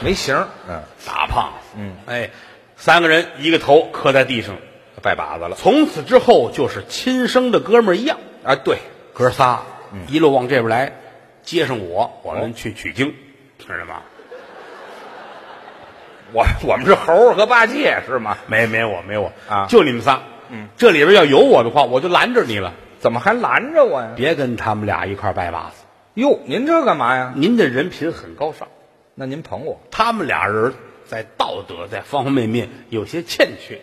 Speaker 3: 没型儿。嗯，
Speaker 2: 大胖子，嗯，哎，三个人一个头磕在地上，
Speaker 3: 拜把子了。
Speaker 2: 从此之后就是亲生的哥们儿一样。
Speaker 3: 啊，对，
Speaker 2: 哥仨一路往这边来，接上我，我们去取经，知道 吗？
Speaker 3: 我我们是猴儿和八戒是吗？
Speaker 2: 没没我没我
Speaker 3: 啊
Speaker 2: 就你们仨。嗯，这里边要有我的话，我就拦着你了，
Speaker 3: 怎么还拦着我呀？
Speaker 2: 别跟他们俩一块儿拜把子。
Speaker 3: 哟，您这干嘛呀？
Speaker 2: 您的人品很高尚，
Speaker 3: 那您捧我，
Speaker 2: 他们俩人在道德在方方面面有些欠缺。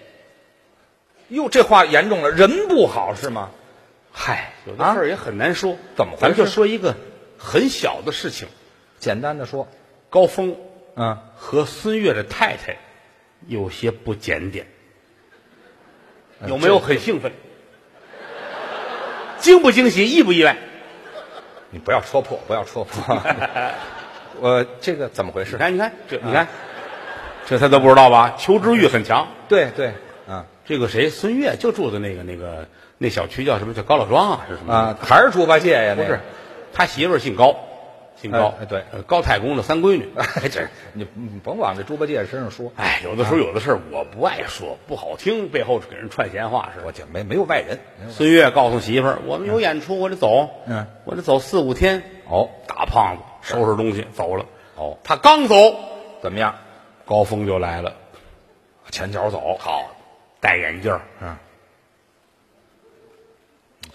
Speaker 3: 哟，这话严重了，人不好是吗？
Speaker 2: 嗨，有的
Speaker 3: 啊
Speaker 2: 事儿也很难说，
Speaker 3: 怎么回事
Speaker 2: 咱们就说一个很小的事情，
Speaker 3: 简单的说，
Speaker 2: 高峰
Speaker 3: 嗯，
Speaker 2: 和孙越的太太有些不检点，有没有很兴奋？惊不惊喜，意不意外？
Speaker 3: 你不要戳破，不要戳 破。我这个怎么回
Speaker 2: 你
Speaker 3: 事？啊
Speaker 2: 看，你看，这你看，这他都不知道吧？求知欲很强。
Speaker 3: 对对，啊
Speaker 2: 这个谁，孙越就住的那个那个那小区叫什么？叫高老庄啊，是什么？
Speaker 3: 啊，还是猪八戒呀？
Speaker 2: 不
Speaker 3: 那个
Speaker 2: 是，他媳妇儿姓高，姓高
Speaker 3: 哎，哎对
Speaker 2: 呃，高太公的三闺 女。
Speaker 3: 哎，这你你甭往这猪八戒身上说，
Speaker 2: 哎，有的时候有的事儿我不爱说，不好听，背后给人串闲话似的
Speaker 3: 我。就没没有外人。
Speaker 2: 孙越告诉媳妇儿：“我们有演出，我得走，
Speaker 3: 嗯，
Speaker 2: 我得走四五天。”
Speaker 3: 哦，
Speaker 2: 大胖子收拾东西走了。
Speaker 3: 哦，
Speaker 2: 他刚走，
Speaker 3: 怎么样？
Speaker 2: 高峰就来了，
Speaker 3: 前脚走，
Speaker 2: 好，戴眼镜儿
Speaker 3: 嗯，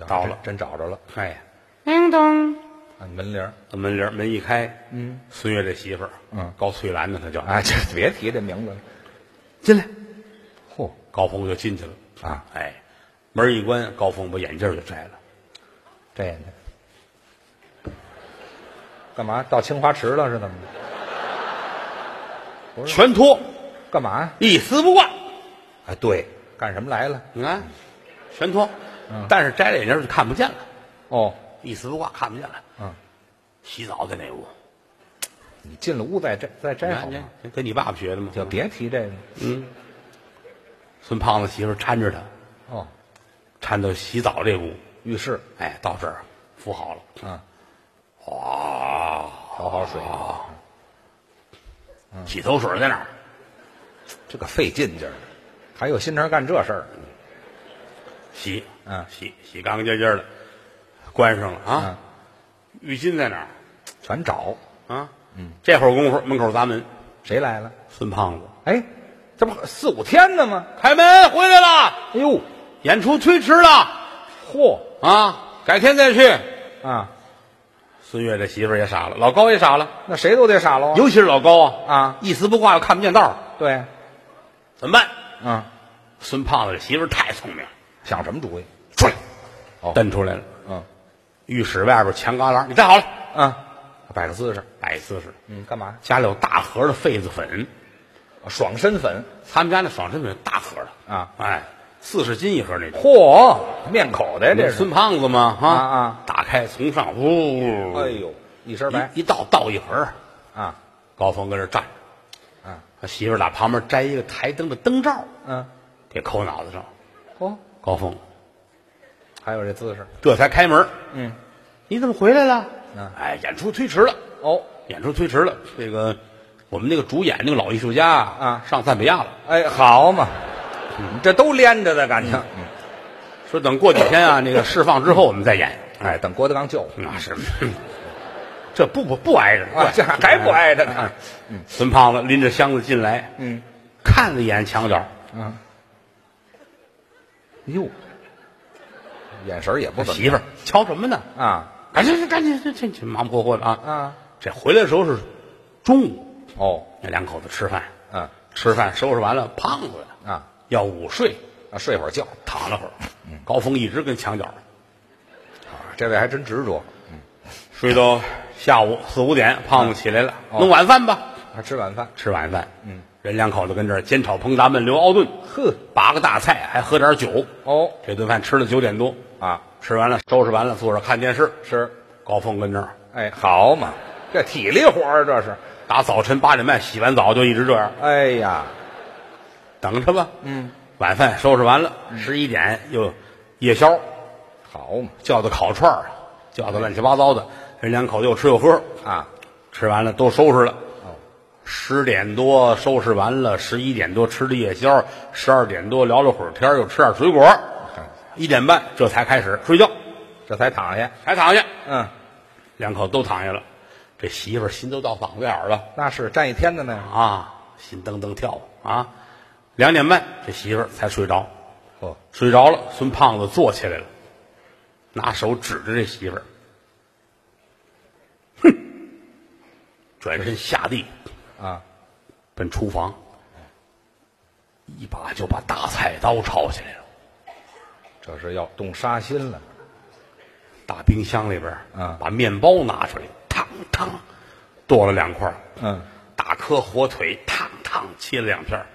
Speaker 2: 到了
Speaker 3: 真找着了
Speaker 2: 哎，叮咚，
Speaker 3: 啊，门铃儿。
Speaker 2: 门铃儿门一开，嗯，孙越这媳妇儿，
Speaker 3: 嗯
Speaker 2: 高翠兰呢，她叫，
Speaker 3: 啊，这别提这名字了。
Speaker 2: 进来，
Speaker 3: 嚯、
Speaker 2: 高峰就进去了
Speaker 3: 啊，
Speaker 2: 哎，门一关，高峰把眼镜儿就摘了，
Speaker 3: 这呢？干嘛到青花池了是怎么着？
Speaker 2: 全脱，
Speaker 3: 干嘛呀？
Speaker 2: 一丝不挂，
Speaker 3: 啊，对，干什么来了？
Speaker 2: 你看，全脱，但是摘了眼镜儿就看不见了，
Speaker 3: 哦，
Speaker 2: 一丝不挂看不见了，
Speaker 3: 嗯，
Speaker 2: 洗澡在那屋，
Speaker 3: 你进了屋再摘再摘好
Speaker 2: 哎你
Speaker 3: 吗
Speaker 2: 看？这跟你爸爸学的吗？
Speaker 3: 就别提这个。
Speaker 2: 孙胖子媳妇儿搀着他，
Speaker 3: 哦，
Speaker 2: 搀到洗澡这屋，
Speaker 3: 浴室
Speaker 2: 哎，到这儿扶好了，
Speaker 3: 啊，
Speaker 2: 哗，
Speaker 3: 调好水，
Speaker 2: 洗头水在哪儿？
Speaker 3: 这个费劲劲儿，还有心肠干这事儿。
Speaker 2: 洗，
Speaker 3: 嗯
Speaker 2: 洗洗干干净净的，关上了啊。浴巾在哪儿？
Speaker 3: 全找
Speaker 2: 啊，嗯，这会儿功夫门口砸门，
Speaker 3: 谁来了？
Speaker 2: 孙胖子
Speaker 3: 哎，这不四五天呢吗？
Speaker 2: 开门回来了，
Speaker 3: 哎呦，
Speaker 2: 演出推迟了
Speaker 3: 嚯
Speaker 2: 啊，改天再去。
Speaker 3: 啊，
Speaker 2: 孙越这媳妇儿也傻了，老高也傻了，
Speaker 3: 那谁都得傻喽。
Speaker 2: 尤其是老高啊
Speaker 3: 哦啊
Speaker 2: 一丝不挂又看不见道儿，
Speaker 3: 对，
Speaker 2: 怎么办？
Speaker 3: 嗯，
Speaker 2: 孙胖子这媳妇儿太聪明了，
Speaker 3: 想什么主意？
Speaker 2: 出来，
Speaker 3: 哦
Speaker 2: 蹬出来了。
Speaker 3: 嗯
Speaker 2: 浴室外边墙旮旯，你站好了，
Speaker 3: 啊，摆个姿势。
Speaker 2: 摆姿势。
Speaker 3: 嗯，干嘛？
Speaker 2: 家里有大盒的痱子粉，
Speaker 3: 爽身粉。
Speaker 2: 他们家那爽身粉大盒的
Speaker 3: 啊，
Speaker 2: 哎，四十斤一盒那种。
Speaker 3: 嚯，面口袋这是
Speaker 2: 孙。胖子嘛，哈
Speaker 3: 啊啊
Speaker 2: 打开从上，呜，
Speaker 3: 哎呦，一身白
Speaker 2: 一一倒倒一盒，
Speaker 3: 啊，
Speaker 2: 高峰跟这站着，
Speaker 3: 啊，
Speaker 2: 他媳妇儿打旁边摘一个台灯的灯罩，
Speaker 3: 嗯，
Speaker 2: 给扣脑袋上。
Speaker 3: 嚯，
Speaker 2: 高峰
Speaker 3: 还有这姿势。
Speaker 2: 这才开门，
Speaker 3: 嗯，
Speaker 2: 你怎么回来了？
Speaker 3: 嗯
Speaker 2: 哎，演出推迟了，
Speaker 3: 哦，
Speaker 2: 演出推迟了。这个我们那个主演那个老艺术家啊
Speaker 3: 啊
Speaker 2: 上赞比亚了。
Speaker 3: 哎，好嘛，这都连着的感情。嗯
Speaker 2: 说等过几 天啊，那个释放之后我们再演。
Speaker 3: 哎，等郭德纲救我。
Speaker 2: 那是， 这不不不挨着哎嗯
Speaker 3: 啊，这还不挨着呢。
Speaker 2: 孙胖子拎着箱子进来，
Speaker 3: 嗯
Speaker 2: 看了一眼墙角，
Speaker 3: 啊，哟，眼神儿也不怎么
Speaker 2: 媳妇儿瞧什么呢？
Speaker 3: 啊
Speaker 2: 赶紧赶紧，这这这忙忙活活的啊！
Speaker 3: 啊
Speaker 2: 这回来的时候是中午，
Speaker 3: 哦，
Speaker 2: 那两口子吃饭，
Speaker 3: 嗯
Speaker 2: 吃饭收拾完了，胖子
Speaker 3: 啊
Speaker 2: 要午睡，
Speaker 3: 啊，睡会儿觉。
Speaker 2: 躺了会儿。高峰一直跟墙角
Speaker 3: 啊这位还真执着，
Speaker 2: 睡到下午嗯四五点，胖子起来了，
Speaker 3: 哦
Speaker 2: 弄晚饭吧。
Speaker 3: 还吃晚饭。
Speaker 2: 吃晚饭，嗯，人两口子跟这儿煎炒烹炸焖溜熬炖，
Speaker 3: 呵，
Speaker 2: 八个大菜，还喝点酒。
Speaker 3: 哦
Speaker 2: 这顿饭吃了九点多，
Speaker 3: 啊，
Speaker 2: 吃完了收拾完了，坐着看电视。
Speaker 3: 是，
Speaker 2: 高峰跟这儿
Speaker 3: 哎，好嘛，这体力活儿这是。
Speaker 2: 打早晨八点半洗完澡就一直这样，
Speaker 3: 哎呀，
Speaker 2: 等着吧。
Speaker 3: 嗯，
Speaker 2: 晚饭收拾完了，十一点又夜宵，
Speaker 3: 好嘛
Speaker 2: 叫的烤串儿，叫的乱七八糟的，人两口子又吃又喝，
Speaker 3: 啊，
Speaker 2: 吃完了都收拾了。
Speaker 3: 哦，
Speaker 2: 十点多收拾完了，十一点多吃的夜宵，十二点多聊了会儿天儿，又吃点水果，一点半这才开始睡觉，
Speaker 3: 这才躺下。
Speaker 2: 还躺下，
Speaker 3: 嗯，
Speaker 2: 两口都躺下了，这媳妇儿心都到嗓子眼儿了
Speaker 3: 那是站一天的呢。
Speaker 2: 啊，心噔噔跳啊，两点半这媳妇儿才睡着，
Speaker 3: 哦，
Speaker 2: 睡着了，孙胖子坐起来了，拿手指着这媳妇儿，哼，转身下地
Speaker 3: 啊，
Speaker 2: 奔厨房，一把就把大菜刀抄起来了。
Speaker 3: 这是要动杀心了。
Speaker 2: 大冰箱里边儿
Speaker 3: 啊
Speaker 2: 把面包拿出来，烫烫，剁了两块儿，
Speaker 3: 嗯，
Speaker 2: 大颗火腿，烫烫切了两片儿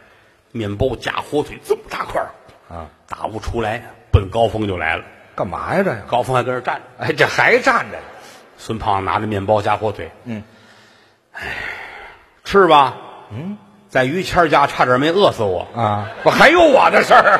Speaker 2: 面包加火腿这么大块儿
Speaker 3: 啊，
Speaker 2: 打不出来，奔高峰就来了。
Speaker 3: 干嘛呀这样？
Speaker 2: 高峰还跟那儿站着，
Speaker 3: 哎，这还站着呢。
Speaker 2: 孙胖拿着面包加火腿，
Speaker 3: 嗯，
Speaker 2: 哎，吃吧，嗯，在于谦儿家差点没饿死我。
Speaker 3: 啊啊，我还有我的事儿。